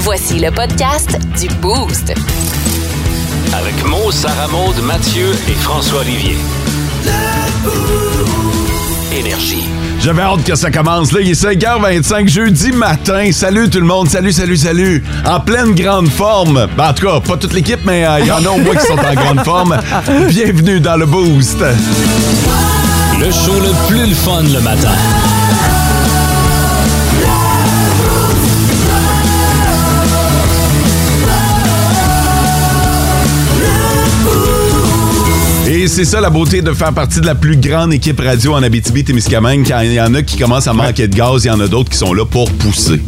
Voici le podcast du Boost. Avec Mo, Sarah Maud, Mathieu et François Olivier. Énergie. J'avais hâte que ça commence. Là, il est 5h25, jeudi matin. Salut tout le monde. Salut, salut, salut. En pleine grande forme. Ben, en tout cas, pas toute l'équipe, mais euh, il y en a au moins qui sont en grande forme. Bienvenue dans le Boost. Le show le plus le fun le matin. Et c'est ça la beauté de faire partie de la plus grande équipe radio en Abitibi-Témiscamingue. Quand il y en a qui commencent à manquer de gaz, il y en a d'autres qui sont là pour pousser.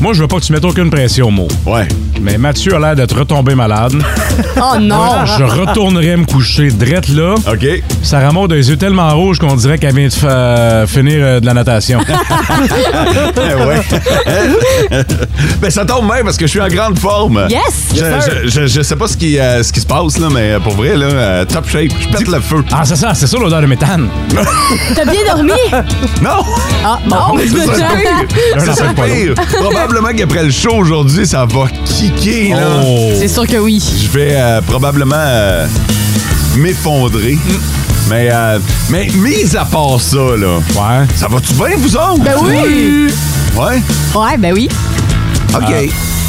Moi, je veux pas que tu mettes aucune pression, Mo. Ouais. Mais Mathieu a l'air d'être retombé malade. Oh non! Je retournerai me coucher drette là. OK. Sarah Maud a les yeux tellement rouges qu'on dirait qu'elle vient de fa- finir euh, de la natation. Eh ouais. ben, ça tombe bien parce que je suis en grande forme. Yes! Je, je, je- je sais pas ce qui, euh, ce qui se passe, là, mais euh, pour vrai, là, euh, top shape. Je pète le feu. Ah, c'est ça, c'est ça l'odeur de méthane. T'as bien dormi? Non! Ah, bon, je me C'est ça le tue! pire. Là, C'est ça ça fait pas le pire. Probablement qu'après le show aujourd'hui, ça va kicker. Là. Oh. C'est sûr que oui. Je vais euh, probablement euh, m'effondrer. Mm. Mais, euh, mais mis à part ça, là, Ouais. ça va-tu bien, vous autres? Ben oui! Ouais? Ouais, ben oui. OK.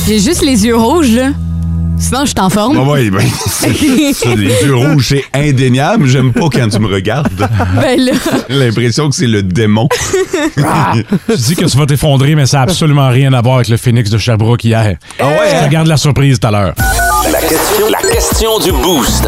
J'ai juste les yeux rouges, là. Sinon, je suis en forme. Bon, ouais, ben, c'est- c'est- les yeux rouges, c'est indéniable. J'aime pas quand tu me regardes. Ben là, J'ai l'impression que c'est le démon. Tu dis que tu vas t'effondrer, mais ça n'a absolument rien à voir avec le phoenix de Sherbrooke hier. Ah ouais, Je te hein? garde la surprise tout à l'heure. La question, la question du boost.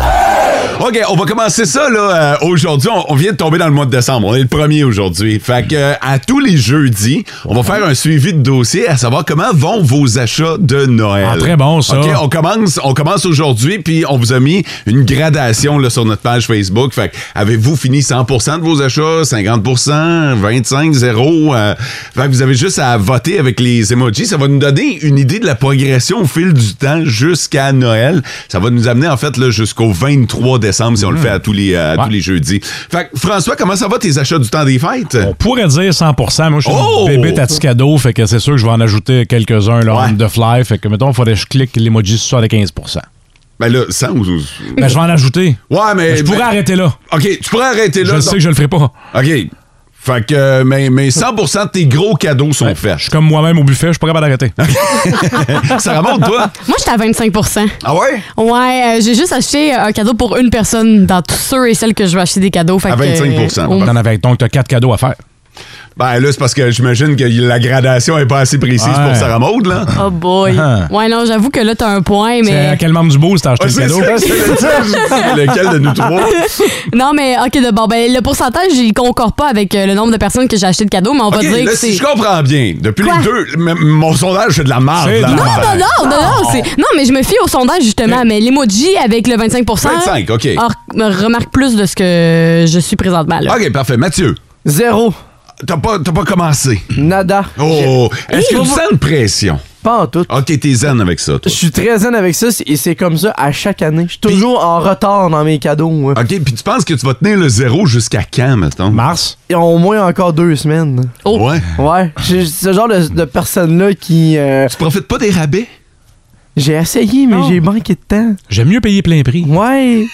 OK, on va commencer ça là euh, aujourd'hui. On, on vient de tomber dans le mois de décembre. On est le premier aujourd'hui. Fait que euh, à tous les jeudis, on va faire un suivi de dossier à savoir comment vont vos achats de Noël. Ah, très bon, ça. OK, on commence on commence aujourd'hui puis on vous a mis une gradation là, sur notre page Facebook. Fait que avez-vous fini 100% de vos achats, 50%, 25, 0 euh, Fait que vous avez juste à voter avec les emojis, ça va nous donner une idée de la progression au fil du temps jusqu'à Noël. Ça va nous amener en fait là jusqu'au 23 décembre si on le fait à tous les euh, à Hmm. Ouais. tous les jeudis. Fait que, François, comment ça va tes achats du temps des fêtes On pourrait dire 100 Moi, je suis Oh! un bébé tati cadeau, fait que c'est sûr que je vais en ajouter quelques-uns là, Ouais. on the fly. Fait que, mettons, il faudrait que je clique l'emoji sur les 15 Ben là, 100 ou- ou- Ben, je vais en ajouter. Ouais, mais Je pourrais mais- arrêter là. OK, tu pourrais arrêter là. je le donc- sais que je le ferai pas. OK. Fait que, euh, mais, mais 100% de tes gros cadeaux sont Je suis faits. comme moi-même au buffet, je suis pas capable d'arrêter. Ça remonte, toi? moi, j'étais à 25 Ah ouais? Ouais, euh, j'ai juste acheté un cadeau pour une personne dans tous ceux et celles que je vais acheter des cadeaux. Fait À que, 25%, euh, T'en avais donc t'as quatre cadeaux à faire. Ben là, c'est parce que j'imagine que la gradation est pas assez précise Ouais. pour Sarah Maud, là. Oh boy. Ah. Ouais, non, j'avoue que là, t'as un point, C'est mais. à quel membre du beau t'as acheté Ah, le c'est cadeau? ça, c'est le dire, je dis, Lequel de nous trois? Non, mais OK, de bon, ben, le pourcentage, il concorde pas avec euh, le nombre de personnes que j'ai acheté de cadeaux, mais on va OK, dire là, si que c'est. je comprends bien, depuis Quoi? les deux, m- mon sondage, c'est de la marde. C'est là. de la Non, non, non, non, Ah. non, c'est... non, mais je me fie au sondage justement, mais l'emoji avec le 25 25, OK. or- me remarque plus de ce que je suis présentement. Là. OK, parfait. Mathieu, Zéro. t'as pas, t'as pas commencé. Nada. Oh, est-ce que tu sens une pression? Pas en tout. OK, t'es zen avec ça, toi. Je suis très zen avec ça c- et c'est comme ça à chaque année. Je suis toujours en retard dans mes cadeaux. moi. OK, puis tu penses que tu vas tenir le zéro jusqu'à quand, mettons? Mars? Ils ont au moins encore deux semaines. Oh. Ouais. Ouais, j'ai ce genre de, de personne-là qui. euh, Tu profites pas des rabais? j'ai essayé, mais j'ai manqué de temps. J'aime mieux payer plein prix. Ouais.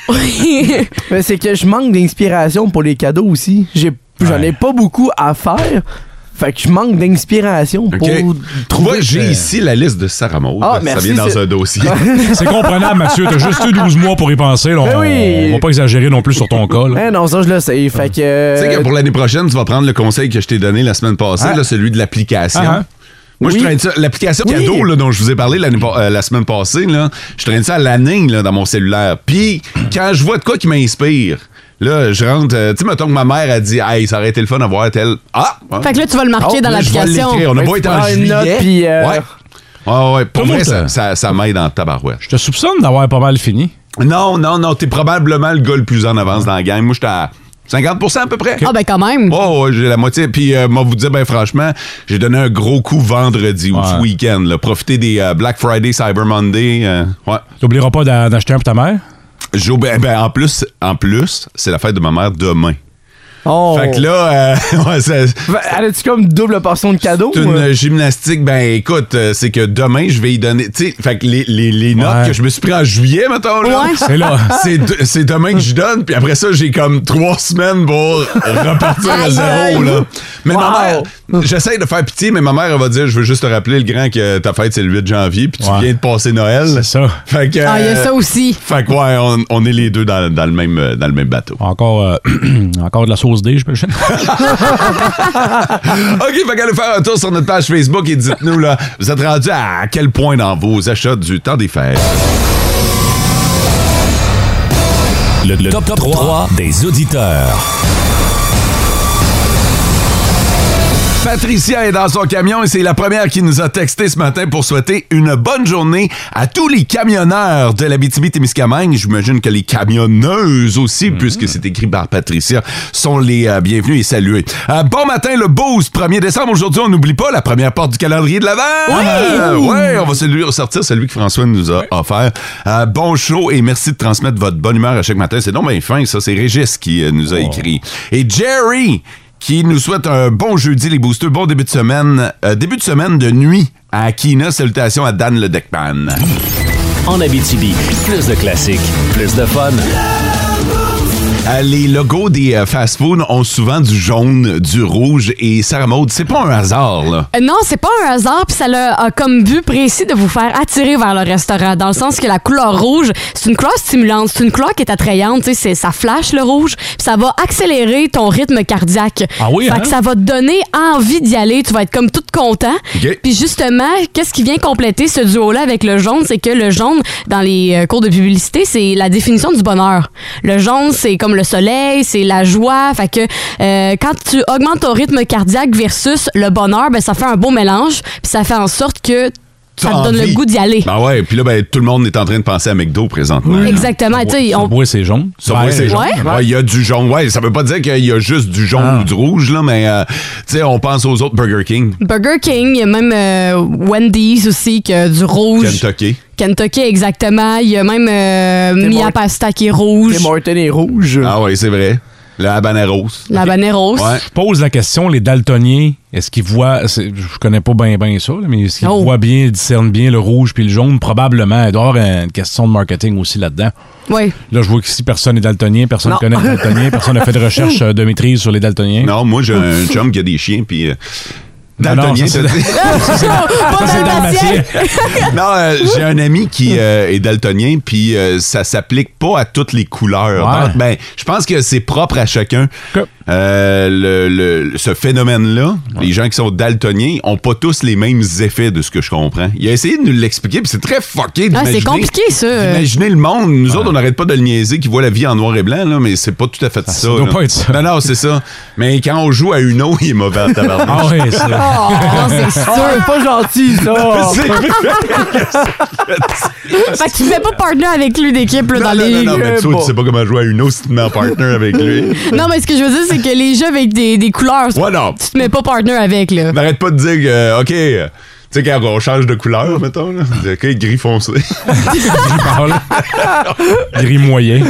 mais c'est que je manque d'inspiration pour les cadeaux aussi. J'ai, J'en ai pas beaucoup à faire. Fait que je manque d'inspiration OK. pour Tu vois, trouver. j'ai ici la liste de Sarah Maud. Ah, ça merci, vient dans c'est- un dossier. C'est comprenable, Mathieu. T'as juste eu 12 mois pour y penser. là. on, Ben oui. on va pas exagérer non plus sur ton cas. là. Hein, non, ça, je le sais. Fait que. Tu sais que euh, Ah. pour l'année prochaine, tu vas prendre le conseil que je t'ai donné la semaine passée, Hein? là, celui de l'application. Ah, hein? Moi, je Oui. traîne ça. L'application Oui. cadeau là, dont je vous ai parlé l'année pa- euh, la semaine passée, là, je traîne ça à l'année là, dans mon cellulaire. Puis, quand je vois de quoi qui m'inspire, là, je rentre. euh, tu sais, mettons que ma mère a dit Hey, ça aurait été le fun d'avoir tel. Ah! hein? Fait que là, tu vas le marquer Oh, dans là, je vais l'application. l'écrire. On a Fait beau que être tu en prends une juillet. note, puis, euh, Ouais. Ouais, ouais, Pour Tout le moi, monde, ça, euh, ça, ça m'aide en tabarouette. Je te soupçonne d'avoir pas mal fini. Non, non, non, t'es probablement le gars le plus en avance dans la game. Moi, j'étais à 50 à peu près. Ah, ben quand même. Oh, ouais, j'ai la moitié. Puis, euh, moi, vous dire, ben franchement, j'ai donné un gros coup vendredi ou Ouais. ce week-end. là. Profitez des euh, Black Friday, Cyber Monday. euh, ouais. eh T'oublieras pas d'a- d'acheter un pour ta mère? J'ai- ben, ben, en plus, en plus, c'est la fête de ma mère demain. Oh. Fait que là, euh, ouais, ça- Fait- Elle a-tu comme double portion de cadeau? euh? c'est une euh, ou- gymnastique. Ben écoute, euh, c'est que demain, je vais y donner. Tu sais, fait que les, les- les notes Ouais. que je me suis pris en juillet, mettons, là, Ouais. C'est là. c'est de- c'est demain que je donne, puis après ça, j'ai comme trois semaines pour repartir à zéro. Là. Mais ma mère, j'essaie de faire pitié, mais ma mère, elle va dire Je veux juste te rappeler, le grand, que ta fête, c'est le 8 janvier, puis tu Ouais. viens de passer Noël. C'est ça. Fait que. euh, Ah, il y a ça aussi. Fait que, ouais, on, on est les deux dans, dans le même, euh, dans le même bateau. Encore, euh, encore de la sauce D, je peux OK, fait qu'allez faire un tour sur notre page Facebook et dites-nous, là, vous êtes rendu à quel point dans vos achats du temps des fêtes? Le, le top, 3 des auditeurs. Patricia est dans son camion et c'est la première qui nous a texté ce matin pour souhaiter une bonne journée à tous les camionneurs de l'Abitibi-Témiscamingue. J'imagine que les camionneuses Mhm. aussi, puisque c'est écrit par Patricia, sont les euh, bienvenus et salués. Euh, bon matin, le boost, 1er décembre. Aujourd'hui, on n'oublie pas la première porte du calendrier de l'Avent. Euh, ouais, on va celui sortir celui que François nous a offert. Euh, bon show et merci de transmettre votre bonne humeur à chaque matin. C'est donc bien fin, ça. C'est Régis qui euh, nous a écrit. Et Jerry qui nous souhaite un bon jeudi, les boosters, bon début de semaine. Euh, début de semaine de nuit à Akina. Salutations à Dan le Deckman. En Abitibi, plus de classiques, plus de fun. Euh, les logos des euh, fast-food ont souvent du jaune, du rouge et Sarah Maud, c'est pas un hasard, là. Euh, Non, c'est pas un hasard, puis ça l'a- a comme but précis de vous faire attirer vers le restaurant, dans le sens que la couleur rouge, c'est une couleur stimulante, c'est une couleur qui est attrayante, tu sais, c'est- ça flash le rouge, puis ça va accélérer ton rythme cardiaque. Ah oui, fait hein? que ça va te donner envie d'y aller, tu vas être comme tout content. OK. Puis justement, qu'est-ce qui vient compléter ce duo-là avec le jaune, c'est que le jaune, dans les euh, cours de publicité, c'est la définition du bonheur. Le jaune, c'est comme le soleil, c'est la joie. Fait que euh, quand tu augmentes ton rythme cardiaque versus le bonheur, ben ça fait un beau mélange, puis ça fait en sorte que T'as ça te donne envie. le goût d'y aller. Ben ouais, puis là, ben, tout le monde est en train de penser à McDo présentement. Exactement. Tu sais, on- Subway, c'est jaune. Subway, Ouais. c'est jaune. Ouais. Ouais, il y a du jaune. Ouais, ça veut pas dire qu'il y a juste du jaune Ah. ou du rouge, là, mais, euh, tu sais, on pense aux autres Burger King, Burger King, il y a même euh, Wendy's aussi, qui a du rouge. Kentucky. Kentucky, exactement. Il y a même euh, Tim Mia Hortons. Pasta qui est rouge. Tim Hortons est rouge. Ah ouais, c'est vrai. Le habaneros. La Baneros. Ouais. Je pose la question, les daltoniens, est-ce qu'ils voient, c'est- je connais pas bien bien ça, là, mais est-ce qu'ils Oh. voient bien, ils discernent bien le rouge puis le jaune? Probablement. Il doit y avoir une question de marketing aussi là-dedans. Ouais. Là, je vois que si personne est daltonien, personne ne connaît les daltoniens, personne n'a fait de recherche euh, de maîtrise sur les daltoniens. Non, moi, j'ai un chum qui a des chiens, puis. euh, Non, non, daltonien, ça, t'as c'est- dit? Ça, c'est dalmatien. Non, euh, j'ai un ami qui euh, est daltonien, puis euh, ça s'applique pas à toutes les couleurs. Ouais. Donc, ben, je pense que c'est propre à chacun. Que- Euh, le- le- ce phénomène-là, les gens qui sont daltoniens ont pas tous les mêmes effets de ce que je comprends. Il a essayé de nous l'expliquer, puis c'est très fucké Ah, d'imaginer. c'est compliqué, euh. ça. Imaginez le monde. Nous autres, on n'arrête pas de le niaiser qui voit la vie en noir et blanc, là, mais c'est pas tout à fait ça. doit là. pas être ça. Non, non, c'est ça. Mais quand on joue à Uno, il est mauvais en tabarnak. Ah oui, c'est Oh, c'est sûr. Oh, c'est pas gentil, ça! C'est vrai. Fait que tu fais pas partner avec lui d'équipe là, dans Ah, non, les non, non, mais Euh, toi, bon. tu sais pas comment jouer à Uno si tu te mets en partner avec lui. Non, mais ce que je veux dire, c'est que les jeux avec des, des couleurs, Ouais, non. tu te mets pas partner avec, là. N'arrête pas de dire que, euh, OK, euh, tu sais, quand on change de couleur, mettons, là, on dit, OK, gris foncé. gris pâle. Gris moyen.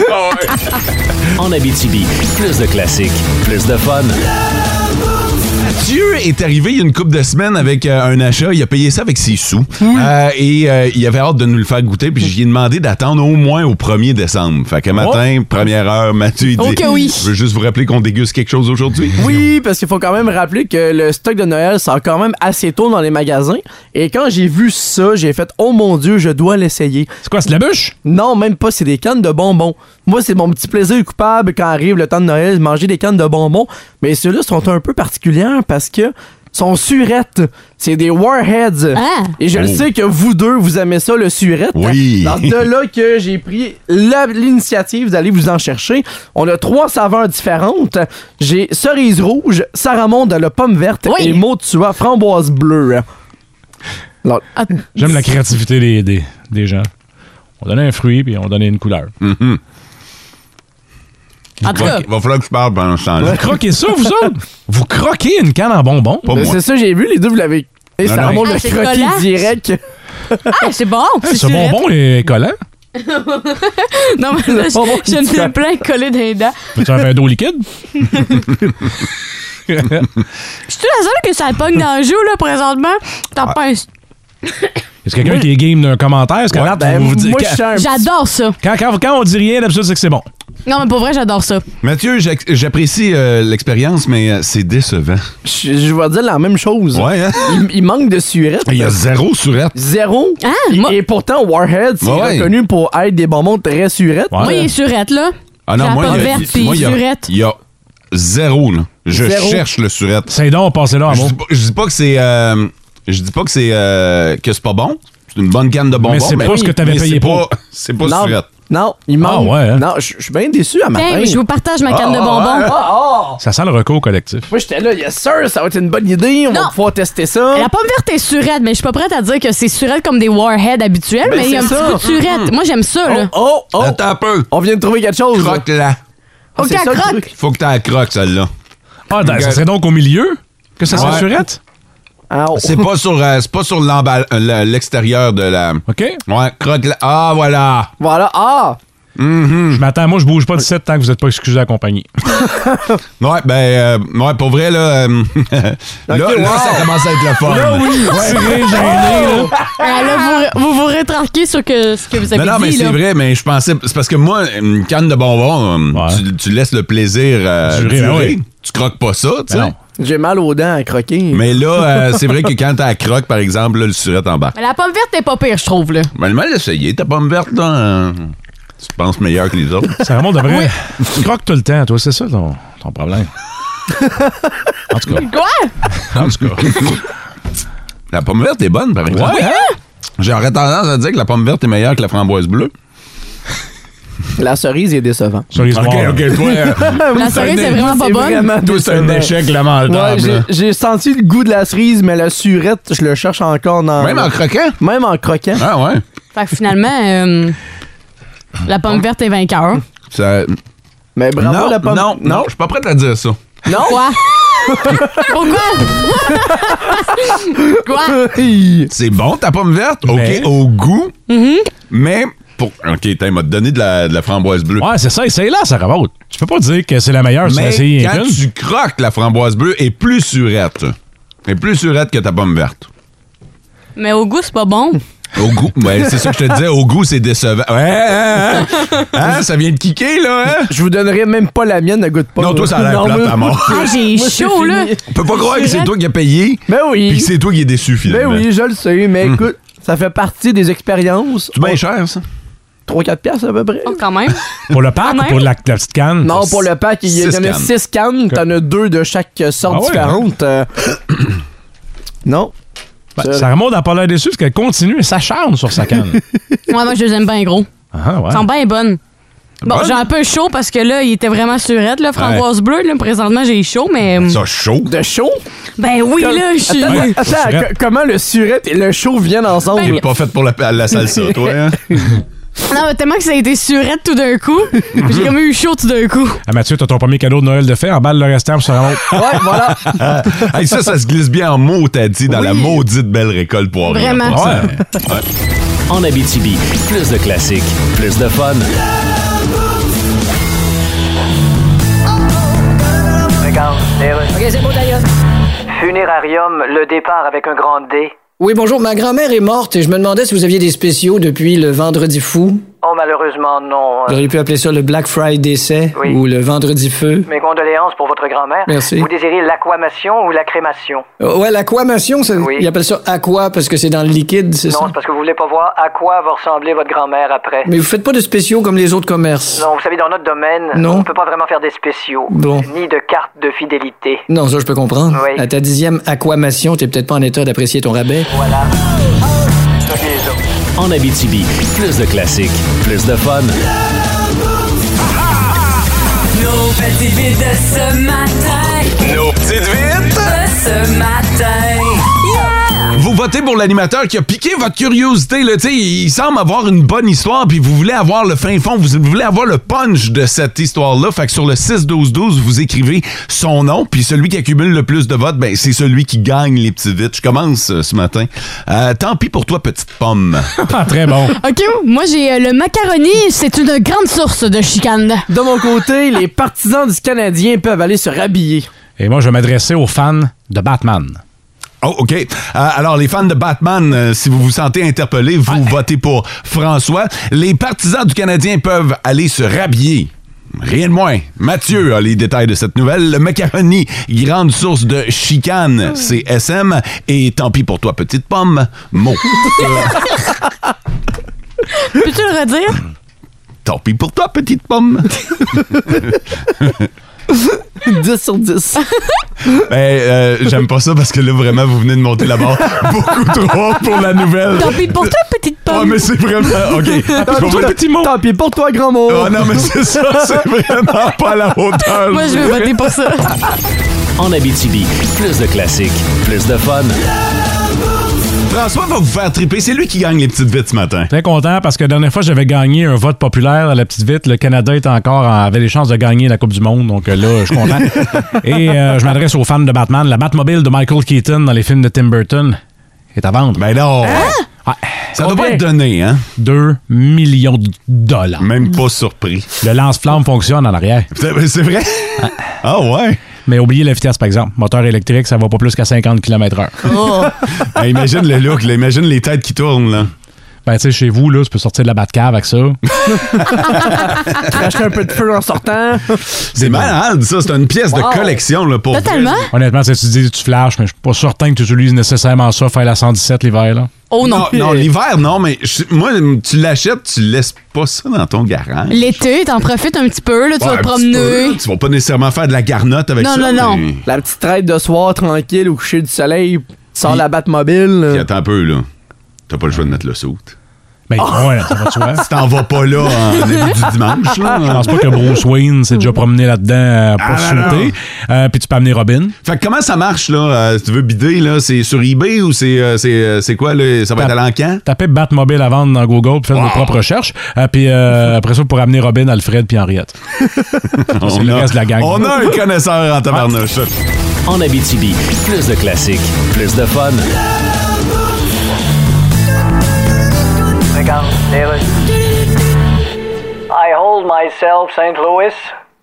En Abitibi, plus de classiques, plus de fun. Mathieu est arrivé il y a une couple de semaines avec euh, un achat. Il a payé ça avec ses sous. Euh, et euh, il avait hâte de nous le faire goûter. Puis j'ai demandé d'attendre au moins au 1er décembre. Fait que matin, première heure, Mathieu, il dit Oh que oui. Je veux juste vous rappeler qu'on déguste quelque chose aujourd'hui. Oui, parce qu'il faut quand même rappeler que le stock de Noël sort quand même assez tôt dans les magasins. Et quand j'ai vu ça, j'ai fait Oh mon Dieu, je dois l'essayer. C'est quoi, c'est de la bûche? Non, même pas, c'est des cannes de bonbons. Moi, c'est mon petit plaisir coupable quand arrive le temps de Noël, de manger des cannes de bonbons. Mais ceux-là sont un peu particulières parce que sont surettes. C'est des Warheads. Ah. Et je le Oh. sais que vous deux, vous aimez ça, le surette. Oui. Alors, de là que j'ai pris la- l'initiative d'aller vous en chercher. On a trois saveurs différentes. J'ai cerise rouge, saramonde à la pomme verte Oui. et motua framboise bleue. Alors, J'aime la créativité des, des, des gens. On donnait un fruit puis on donnait une couleur. Mm-hmm. En tout Va- cas, Il va falloir que je parle pendant ce temps-là. Vous croquez ça, vous autres? Vous croquez une canne en bonbon? Pas ben, moi. c'est ça, j'ai vu, les deux, vous l'avez. Et Non, ça non. remonte Ah, le c'est croquis collant. direct. ah, c'est bon. Ce Eh, bonbon est collant. Non, mais là, bonbon je- je me qui suis plein collé dans les dents. Tu avais un d'eau liquide? Je suis la seule que ça pogne dans le jeu, là, présentement. Ah. T'en penses? Est-ce que quelqu'un qui est game d'un commentaire? Est-ce que Ouais, Nat, ben, vous vous dites- moi, je suis un petit- J'adore ça. quand, quand, quand on dit rien, l'absurde, c'est que c'est bon. Non, mais pour vrai, j'adore ça. Mathieu, j'ac- j'apprécie euh, l'expérience, mais euh, c'est décevant. je, je vais dire la même chose. Ouais, hein? Il, il manque de surette. Il y a zéro surette. Zéro. Ah, Et- moi- Et pourtant, Warhead, c'est Ouais. reconnu pour être des bonbons très surettes. Ouais. Moi, il est surette, là. Ah non, la moi, il porte y a, verte, puis moi, il y a- surette. il y a zéro, là. Je Zéro. cherche le surette. C'est donc, passez là, Je amour. dis, pas- je dis pas que c'est. euh, je dis pas que c'est. euh, que c'est pas bon. C'est une bonne gamme de bonbons. c'est pas ce que t'avais ben mais payé c'est pour. pas- C'est pas non, surette. non, il manque. Ah ouais, hein? Non, je je suis bien déçu à matin. Tiens, Ben je vous partage ma canne de Ah, bonbons. ah, ben, Ah, ah! Ça sent le recours collectif. Moi, j'étais là, yes sir, ça va être une bonne idée, on va Non. pouvoir tester ça. La pomme verte est surette, mais je suis pas prête à dire que c'est surette comme des Warheads habituels, Ben, mais il y a un c'est ça. petit peu de surette. Moi, j'aime ça, là. Oh, oh, oh! Attends un peu. On vient de trouver quelque chose. là. Croque-la. Ah, c'est Ok, ça, le croque. truc. Faut que t'as la croque, celle-là. Ah, dans- ça serait donc au milieu que ça serait Ouais. surette? Ah, oh. C'est pas sur, euh, c'est pas sur l'emball- euh, la- l'extérieur de la. OK? Ouais, croque-la. Ah, voilà. Voilà, ah! Je m'attends, moi, je bouge pas 17 tant que vous êtes pas excusé à la compagnie. Ouais, ben, euh, ouais, pour vrai, là, euh, là, là, wow. ça commence à être le fun. Ouais, gêné, là. Ah, là, vous, vous vous rétranquez sur que, ce que vous avez Non, non, mais dit, c'est là. vrai, mais je pensais. C'est parce que moi, une canne de bonbons, euh, Ouais. tu, tu laisses le plaisir euh, Durer, durer. ben oui. Tu croques pas ça, tu sais. Ben non. J'ai mal aux dents à croquer. mais là, euh, c'est vrai que quand t'as la croque, par exemple, là, le surette en bas. Mais La pomme verte est pas pire, je trouve, là. Ben, le mal d'essayer, ta pomme verte, là, euh, tu penses meilleur que les autres. C'est vraiment de vrai. Tu croques tout le temps, toi, c'est ça ton, ton problème. En tout cas. Quoi? En tout cas. La pomme verte est bonne, par exemple. Ouais, hein? J'aurais tendance à dire que la pomme verte est meilleure que la framboise bleue. La cerise est décevante. Cerise noire. toi, euh, La cerise est vraiment pas C'est bonne. vraiment toi, c'est un décevant. échec Ouais, lamentable. j'ai- là. j'ai senti le goût de la cerise, mais la surette, je le cherche encore dans. Même en croquant. Même en croquant. Ah, ouais. Fait que finalement, euh, la pomme verte est vainqueur. Ça- Mais bravo non, la pomme. non, non, je suis pas prêt à dire ça. Non. Quoi? Pourquoi? Quoi? C'est bon, ta pomme verte, OK, Mais- au goût, mais... Pour... OK, t'as- il m'a donné de la, de la framboise bleue. Ouais, c'est ça, essaye là, ça remonte. Tu peux pas dire que c'est la meilleure, tu as mais essayé quand une. tu croques, la framboise bleue est plus surette. Est plus surette que ta pomme verte. Mais au goût, c'est pas bon. Au goût, ben, c'est ça que je te disais, au goût, c'est décevant. Ouais, hein, hein? Hein, ça vient de kicker, là, hein? Je vous donnerai même pas la mienne, ne goûte pas. Non, toi, ça a l'air Non, plate moi- à mort. Ah, j'ai Moi, c'est chaud, fini. là. On peut pas croire que c'est Surette. toi qui as payé, Ben puis que oui. c'est toi qui es déçu, Ben finalement. oui, je le sais, mais écoute, ça fait partie des expériences. C'est bien cher, ça. 3-4 piastres à peu près. Oh, quand même. Pour le pack Ah, ou pour la, la petite canne? Non, pour le pack, il y Six en a cannes. hein? 6 cannes, t'en as 2 de chaque sorte Ah ouais, différente. euh. non. Ben, Ça remonte à pas l'air déçu parce qu'elle continue et s'acharne sur sa canne. Moi, moi, je les aime bien gros. ah, ouais. Ils sont bien bonnes. Bon, Bonnes? j'ai un peu chaud parce que là, il était vraiment surette, là, framboise bleue. Là, présentement, j'ai chaud, mais. Ça, chaud. De chaud? Ben oui, Comme- là, je suis. Attends, Ouais, attends, surette. co- comment le surette et le chaud viennent Ben, ensemble? T'es pas faite pour la, la salsa, toi, hein? Non, mais tellement que ça a été surette tout d'un coup. j'ai comme eu chaud tout d'un coup. Ah, Mathieu, t'as ton premier cadeau de Noël de fait, emballe le restant pour ça remonte. Ouais, voilà. Euh, Hey, ça, ça se glisse bien en mots, t'as dit, dans Oui. la maudite belle récolte pour rien. Vraiment. Ouais. En Abitibi, plus de classiques, plus de fun. Funérarium, le départ avec un grand D. Oui, bonjour. Ma grand-mère est morte et je me demandais si vous aviez des spéciaux depuis le Vendredi fou. Oh, malheureusement, non. Vous Euh, auriez pu appeler ça le Black Friday décès Oui. ou le Vendredi feu. Mes condoléances pour votre grand-mère. Merci. Vous désirez l'aquamation ou la crémation? Euh, ouais, l'aquamation, ça, Oui. ils appellent ça aqua parce que c'est dans le liquide, c'est Non, ça? c'est parce que vous voulez pas voir à quoi va ressembler votre grand-mère après. Mais vous faites pas de spéciaux comme les autres commerces. Non, vous savez, dans notre domaine, Non. on peut pas vraiment faire des spéciaux. Bon. Ni de carte de fidélité. Non, ça, je peux comprendre. Oui. À ta dixième aquamation, t'es peut-être pas en état d'apprécier ton rabais. En Abitibi, plus de classiques, plus de fun. Nos petites vites de ce matin. Nos petites vites de ce matin. Yeah! vous votez pour l'animateur qui a piqué votre curiosité. Là, Tu sais, il semble avoir une bonne histoire, puis vous voulez avoir le fin fond, vous voulez avoir le punch de cette histoire-là. Fait que sur le 6-12-12, vous écrivez son nom, puis celui qui accumule le plus de votes, ben, c'est celui qui gagne les petits vites. Je commence euh, ce matin. Euh, tant pis pour toi, petite pomme. Ah, très bon. Oh. OK, moi j'ai euh, le macaroni, c'est une grande source de chicane. De mon côté, les partisans du Canadien peuvent aller se rhabiller. Et moi, je vais m'adresser aux fans de Batman. Oh, OK. Euh, alors, les fans de Batman, euh, si vous vous sentez interpellés, vous votez pour François. Les partisans du Canadien peuvent aller se rhabiller. Rien de moins. Mathieu a les détails de cette nouvelle. Le macaroni, grande source de chicane, c'est SM. Et tant pis pour toi, petite pomme, mot. Euh, Peux-tu le redire? tant pis pour toi, petite pomme. 10 sur 10. Ben, euh, j'aime pas ça parce que là, vraiment, vous venez de monter la barre beaucoup trop pour la nouvelle. Tant pis pour toi, petite Oh, pomme. mais c'est vraiment... OK. Je comprends- petit mot. Tant pis pour toi, grand mot. Oh non, mais c'est ça, c'est vraiment pas à la hauteur. moi je vais voter pour ça. En Abitibi, plus de classiques, plus de fun. François va vous faire triper. C'est lui qui gagne les petites vites ce matin. Très content parce que la dernière fois, j'avais gagné un vote populaire à la petite vite. Le Canada est encore en- avait des chances de gagner la Coupe du Monde. Donc euh, là, je suis content. Et euh, je m'adresse aux fans de Batman. La Batmobile de Michael Keaton dans les films de Tim Burton est à vendre. Ben non. Ah, Ça doit combien? pas être donné, hein? 2 millions de dollars. Même pas surpris. Le lance-flamme fonctionne en arrière. Putain, ben C'est vrai? Ah ouais? Mais oubliez la vitesse, par exemple. Moteur électrique, ça va pas plus qu'à 50 km/h. Oh. Oh. Ben, imagine le look, là. imagine les têtes qui tournent. là. Ben, tu sais, chez vous, là, tu peux sortir de la Batcave avec ça. Cracher un peu de feu en sortant. C'est malade, ça. C'est une pièce de collection là, pour. Totalement? Honnêtement, tu sais, tu dis, tu flashes, mais je suis pas certain que tu utilises nécessairement ça, faire la 117 l'hiver, là. Oh non. Non, non l'hiver, non, mais je- moi, tu l'achètes, tu laisses pas ça dans ton garage. L'été, t'en profites un petit peu, là, tu Ouais, vas un te petit promener. peu. Tu vas pas nécessairement faire de la garnotte avec Non, ça. non, non. mais- La petite traite de soir tranquille au coucher du soleil. Sans la batte mobile. Puis attends un peu, là. T'as pas le choix de mettre le saut. Ben, Oh. ouais, ça va, tu vois. Tu t'en vas pas là en début du dimanche, Je là. pense pas que Bruce Wayne s'est déjà promené là-dedans euh, pour Ah, non, sauter. Euh, Puis tu peux amener Robin. Fait que comment ça marche, là? euh, si tu veux bider, là, c'est sur eBay ou c'est euh, c'est, euh, c'est quoi, là? Ça va être à l'encan? Tapez Batmobile à vendre dans Google, puis faites vos propres recherches. Euh, puis euh, après ça, pour amener Robin, Alfred, puis Henriette. On, le a- reste de la gang. on a un connaisseur en tabarnouche. En Abitibi, plus de classiques, plus de fun. Regarde, les rues. I hold myself St. Louis.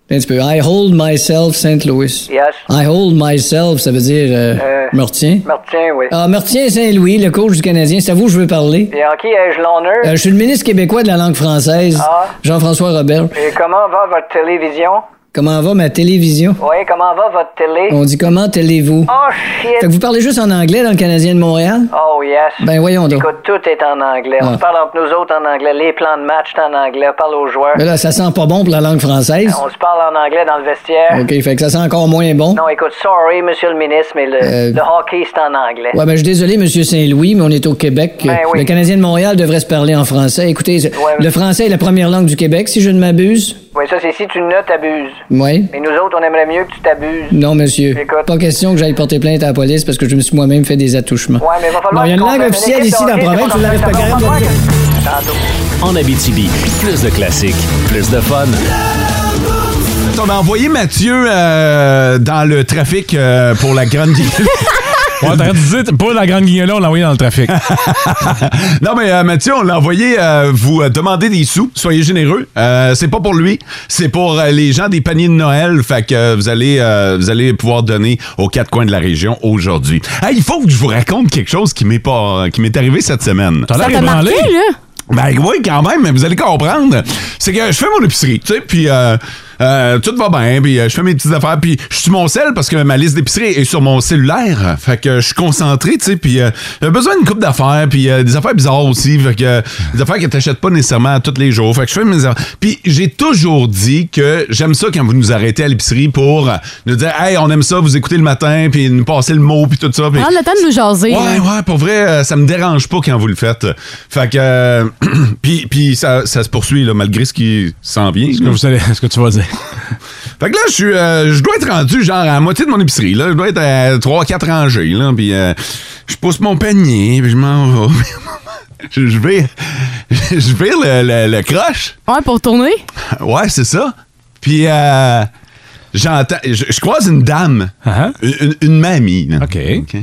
Un petit peu. I hold myself St. Louis. Yes. I hold myself, ça veut dire euh, Euh. je me retiens. Je me retiens, oui. Ah, me retiens Saint-Louis, le coach du Canadien, c'est à vous que je veux parler. Et en qui ai-je l'honneur? Euh, je suis le ministre québécois de la langue française, Ah. Jean-François Robert. Et comment va votre télévision? Comment va ma télévision? Oui, comment va votre télé? On dit comment télez-vous? Oh shit! Fait que vous parlez juste en anglais dans le Canadien de Montréal? Oh yes. Ben voyons donc. Écoute, tout est en anglais. On Ah. parle entre nous autres en anglais. Les plans de match, c'est en anglais. On parle aux joueurs. Mais Ben là, ça sent pas bon pour la langue française. On se parle en anglais dans le vestiaire. OK, fait que ça sent encore moins bon. Non, écoute, sorry, monsieur le ministre, mais le, Euh. le hockey, c'est en anglais. Ouais, ben, je suis désolé, Monsieur Saint-Louis, mais on est au Québec. Ben oui. Le Canadien de Montréal devrait se parler en français. Écoutez, je- Ouais. le français est la première langue du Québec, si je ne m'abuse. Oui, ça, c'est si tu ne t'abuses. Oui. Mais nous autres, on aimerait mieux que tu t'abuses. Non, monsieur. Écoute. Pas question que j'aille porter plainte à la police parce que je me suis moi-même fait des attouchements. Ouais, mais va falloir. Non, il y a une qu'on langue fasse officielle équipe ici de dans la hockey, province, c'est vous la qu'on en respecterez, fasse vous pas le mal. Tantôt. En Abitibi, plus de classiques, plus de fun. On a envoyé Mathieu euh, dans le trafic euh, pour la grande guignolée. Ouais, t'aurais dû dire, pas la grande guignolée, on l'a envoyé dans le trafic. Non, mais euh, Mathieu, on l'a envoyé euh, vous euh, demander des sous. Soyez généreux. Euh, c'est pas pour lui, c'est pour euh, les gens des paniers de Noël. Fait que euh, vous, allez, euh, vous allez pouvoir donner aux quatre coins de la région aujourd'hui. Hey, il faut que je vous raconte quelque chose qui m'est pas, qui m'est arrivé cette semaine. T'as Ça l'air t'a ébranlé. marqué, là? Ben oui, quand même, mais vous allez comprendre. C'est que je fais mon épicerie, tu sais, puis euh, euh, tout va bien, puis euh, je fais mes petites affaires, puis je suis sur mon sel parce que ma liste d'épicerie est sur mon cellulaire. Fait que je suis concentré, tu sais, puis euh, j'ai besoin d'une coupe d'affaires, puis euh, des affaires bizarres aussi, fait que euh, des affaires que t'achètes pas nécessairement tous les jours. Fait que je fais mes affaires. Puis j'ai toujours dit que j'aime ça quand vous nous arrêtez à l'épicerie pour euh, nous dire, hey, on aime ça, vous écoutez le matin, puis nous passer le mot, puis tout ça. puis- Prends Ah, le temps de nous jaser. Ouais, là. ouais, pour vrai, euh, ça me dérange pas quand vous le faites. Fait que. euh, puis puis ça, ça se poursuit, là, malgré ce qui s'en vient. Ce que, vous savez- ce que tu vas dire. Fait que là, je suis, euh, je dois être rendu genre à la moitié de mon épicerie. Là. Je dois être à 3-4 rangées. Là. Puis euh, je pousse mon panier, puis je m'en vais. je je vais, je vais le, le- le croche. Ouais, pour tourner. Ouais, c'est ça. Puis euh, j'entends, je, je croise une dame, Ah, une, une- une mamie, là. OK. OK,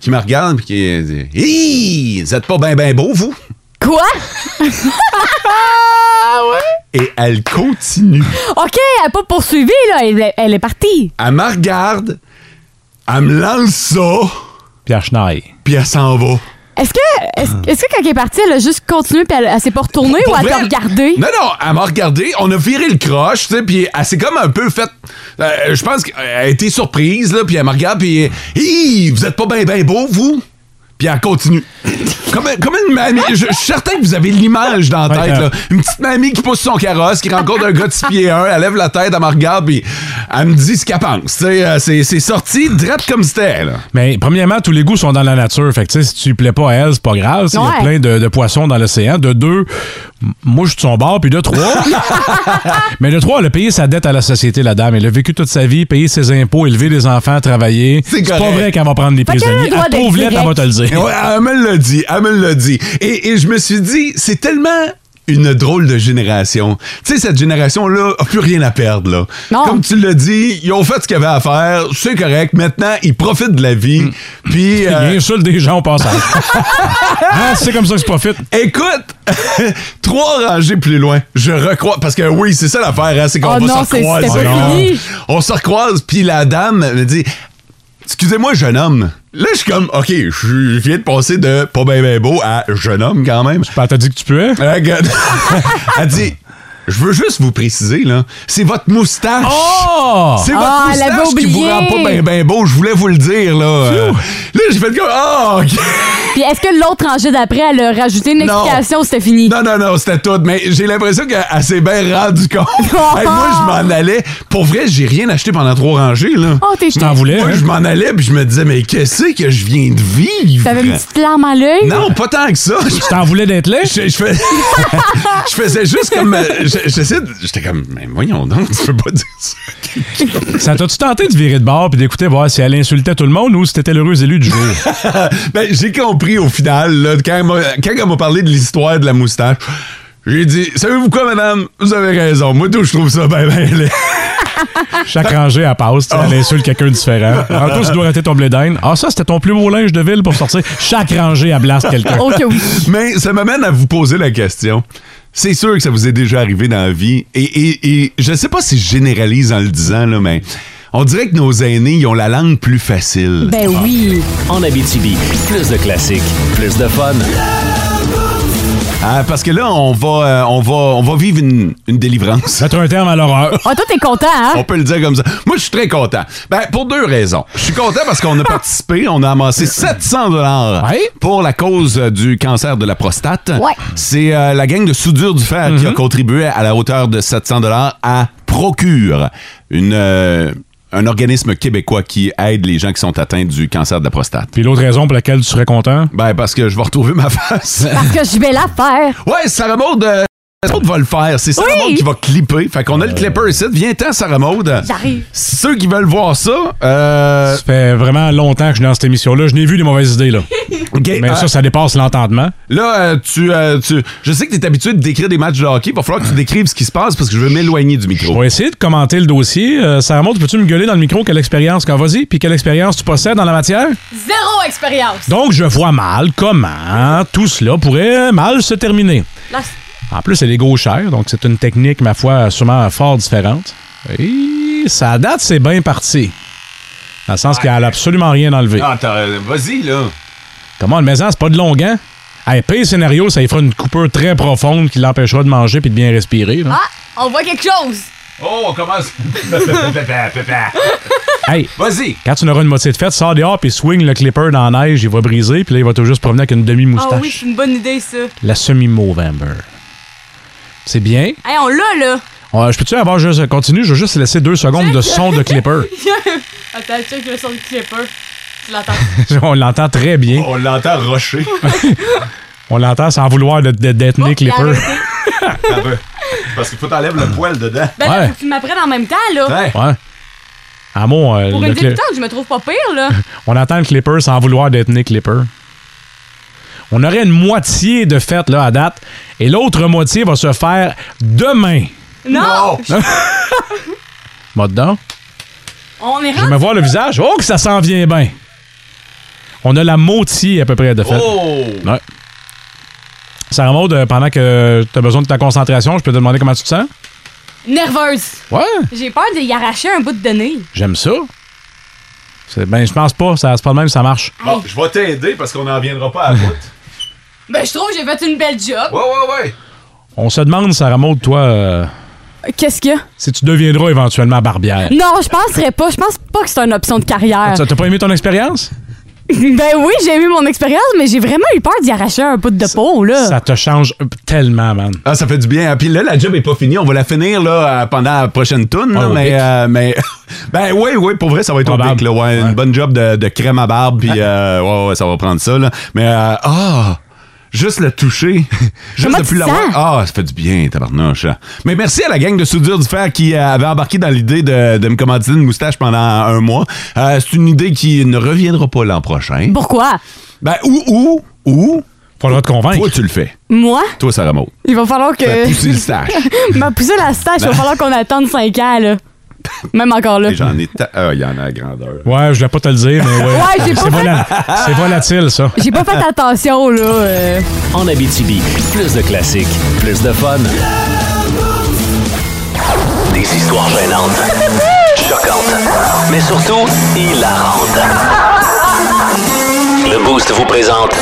qui me regarde puis qui euh, dit Hi, vous êtes pas bien ben beau, vous Quoi? Ah Et elle continue. OK, elle n'a pas poursuivi, là. Elle, elle est partie. Elle me regarde, elle me lance ça, Pierre Schneid. puis elle s'en va. Est-ce que, est-ce, est-ce que quand elle est partie, elle a juste continué puis elle, elle s'est pas retournée ou Ah. Pour elle vrai? t'a regardé? Non, non, elle m'a regardé. On a viré le croche, tu sais, puis elle s'est comme un peu faite. euh, je pense qu'elle a été surprise, là, puis elle me regarde, puis. Hi, vous êtes pas bien, bien beau, vous? Puis elle continue. Comme, comme une mamie. Je, je suis certain que vous avez l'image dans la Ouais, tête, euh. là. Une petite mamie qui pousse son carrosse, qui rencontre un gars de 6 pieds 1, elle lève la tête, elle me regarde, puis elle me dit ce qu'elle pense. Tu sais, euh, c'est c'est sorti drette comme c'était, là. Mais premièrement, tous les goûts sont dans la nature. Fait que, tu sais, si tu lui plais pas à elle, c'est pas grave. Il y Ouais. a plein de, de poissons dans l'océan. De deux, m- moi, je suis de son bord. Puis de trois, mais de trois, elle a payé sa dette à la société, la dame. Elle a vécu toute sa vie, payé ses impôts, élevé des enfants, travaillé. C'est pas correct. vrai qu'elle va prendre des Fait qu'elle a le prisonniers. droit Elle d'être pauvre lettre, elle va te le Et dire. ouais, elle me l'a dit, elle me l'a dit. Et, et je me suis dit, c'est tellement une drôle de génération. Tu sais, cette génération-là a plus rien à perdre, là. Non. Comme tu l'as dit, ils ont fait ce qu'ils avaient à faire, c'est correct. Maintenant, ils profitent de la Mm. vie. Puis, Il euh, insulte des gens au passage. Hein, c'est comme ça que je profite. écoute, trois rangées plus loin, je recrois. Parce que oui, c'est ça l'affaire, hein, c'est qu'on Oh va non, se c'est- recroiser. c'était pas Non. fini. On se recroise, puis la dame me dit Excusez-moi, jeune homme. Là, je suis comme, OK, je viens de passer de pas bien ben beau à jeune homme quand même. Ben, t'as dit que tu peux. Ah, God. Elle dit Je veux juste vous préciser, là, c'est votre moustache. Oh! C'est votre Ah, elle l'avait moustache qui vous oublié. rend pas bien ben beau, je voulais vous le dire, là. Euh, là, j'ai fait comme Ah, OK. Puis est-ce que l'autre rangée d'après, elle a rajouté une Non. explication ou c'était fini? Non, non, non, c'était tout, mais j'ai l'impression qu'elle s'est bien rendue compte. Hey, moi, je m'en allais. Pour vrai, j'ai rien acheté pendant trois rangées, là. Oh, t'es Je jeté. t'en voulais. Moi, hein? je m'en allais, puis je me disais Mais qu'est-ce que je viens de vivre T'avais une petite larme à l'œil? Non, pas tant que ça. Je t'en voulais d'être là? Je, je fais- je faisais juste comme. euh, je- J'essaie de- J'étais comme, mais voyons donc, tu peux pas dire ça. Ça t'a-tu tenté de virer de bord puis d'écouter voir si elle insultait tout le monde ou si t'étais l'heureux élu du jour? Ben, j'ai compris au final, là, quand elle m'a- quand elle m'a parlé de l'histoire de la moustache, j'ai dit, savez-vous quoi, madame? Vous avez raison. Moi, tout, je trouve ça ben, ben, laid. Chaque rangée, elle passe, tu sais, elle insulte quelqu'un de différent. En tout, tu dois rater ton blé d'Inde. Ah, ça, c'était ton plus beau linge de ville pour sortir. Chaque rangée, elle blaste quelqu'un. Oh que oui. Mais ça m'amène à vous poser la question. C'est sûr que ça vous est déjà arrivé dans la vie. Et, et, et je sais pas si je généralise en le disant, là, mais on dirait que nos aînés, ils ont la langue plus facile. Ben oui. En Abitibi, plus de classiques, plus de fun. Ah, parce que là, on va, euh, on va, on va vivre une, une délivrance. Mettre un terme à l'horreur. Oh, toi, t'es content, hein? On peut le dire comme ça. Moi, je suis très content. Ben, pour deux raisons. Je suis content parce qu'on a participé, on a amassé 700 dollars Ouais. pour la cause euh, du cancer de la prostate. Ouais. Mhm. C'est euh, la gang de soudure du fer qui a contribué à la hauteur de 700 dollars à Procure, une euh, un organisme québécois qui aide les gens qui sont atteints du cancer de la prostate. Puis l'autre raison pour laquelle tu serais content? Ben, parce que je vais retrouver ma face. Parce que je vais la faire. Ouais, Sarah Maud, euh, Sarah Maud va le faire. C'est Sarah Oui. Maud qui va clipper. Fait qu'on a le clipper ici. Viens-t'en, Sarah Maud. J'arrive. Ceux qui veulent voir ça, euh, Ça fait vraiment longtemps que je suis dans cette émission-là. Je n'ai vu les mauvaises idées, là. OK, Mais euh, ça, ça dépasse l'entendement. là, euh, tu, euh, tu- je sais que tu es habitué de décrire des matchs de hockey. Il va falloir que tu décrives ce qui se passe parce que je veux m'éloigner du On micro. va essayer de commenter le dossier. Euh, Sarah Maud, peux-tu me gueuler dans le micro quelle expérience qu'on vas-y? Puis quelle expérience tu possèdes dans la matière? Zéro expérience. Donc, je vois mal comment tout cela pourrait mal se terminer. Là, En plus, elle est gauchère, donc c'est une technique, ma foi, sûrement fort différente. Et sa date, c'est bien parti. Dans le sens qu'elle a absolument rien enlevé. Ah, t'as- vas-y, là. Comment le maison, c'est pas de longuant? Hey, pire scénario, ça y fera une coupure très profonde qui l'empêchera de manger puis de bien respirer. là. Ah, on voit quelque chose. Ah Oh, on commence. Hey, vas-y. quand tu n'auras une moitié de fête, sors dehors puis swing le clipper dans la neige, il va briser puis là, il va toujours se promener avec une Ah oui, demi-moustache. c'est une bonne idée, ça. La semi-Movember. C'est bien. Hey, on l'a, là. Euh, je peux-tu avoir juste continue? Je vais juste laisser deux secondes de son de clipper. Attends, check le son du clipper. Tu l'entends. On l'entend très bien. On l'entend rocher. On l'entend sans vouloir de, de détenir Oh, il a clipper. arrêté. Parce qu'il faut t'enlèves le poil dedans. Ben là, Ouais. faut que tu m'apprennes en même temps, là. Ouais. Ouais. À mon, euh, Pour le une cli- débutante, je me trouve pas pire, là. on attend le clipper sans vouloir d'être né clipper. On aurait une moitié de fête là, à date et l'autre moitié va se faire demain. Oh! Non! Moi dedans. On est Je rendu. me vois le visage. Oh, que ça s'en vient bien. On a la moitié à peu près de fête. Oh! Ouais. Sarah Maud, euh, pendant que tu as besoin de ta concentration, je peux te demander comment tu te sens? Nerveuse. Ouais, J'ai peur d'y arracher un bout de nez. j'aime ça. C'est- Ben, je pense pas. Ça se passe même, ça marche. Bon, je vais t'aider parce qu'on n'en viendra pas à bout. Ouais, Ben, je trouve que j'ai fait une belle job. ouais, ouais. On se demande, Sarah Maud, toi, euh, Qu'est-ce qu'il y a? si tu deviendras éventuellement barbière. Non, je penserais pas. Je pense pas que c'est une option de carrière. Ça, T'as pas aimé ton expérience? Ben oui, j'ai eu mon expérience, mais j'ai vraiment eu peur d'y arracher un bout de peau, là. Ça te change tellement, man. Ah, ça fait du bien. Ah, Puis là, la job est pas finie. On va la finir là, euh, pendant la prochaine tourne. Ouais, Ah, au mais, pic. euh, mais... ben oui, oui, pour vrai, ça va être au Probable. pic. Là, ouais, Une bonne job de, de crème à barbe. Puis euh, ouais, ouais, ça va prendre ça. Là. Mais euh, ah, juste le toucher. juste Comment le tu plus te l'avoir. sens? Ah, ça fait du bien, tabarnouche. hein. Mais merci à la gang de Soudure du Fer qui euh, avait embarqué dans l'idée de, de me commanditer une moustache pendant un mois. Euh, C'est une idée qui ne reviendra pas l'an prochain. Pourquoi? Ben, ou, ou, ou, Faudra te convaincre. toi, tu le fais. Moi? Toi, Sarah Maud. Il va falloir T'as que. poussé le stache. M'a poussé la stache, Ben. il va falloir qu'on attende 5 ans, là. Même encore là. Et j'en ai. ta- Ah, il y en a à grandeur. Ouais, je voulais pas te le dire, mais ouais. Ouais, j'ai pas c'est, fait- vola- c'est volatile, ça. J'ai pas fait attention, là. euh. En Abitibi, plus de classiques, plus de fun. Des histoires gênantes, choquantes, mais surtout hilarantes. Le Boost vous présente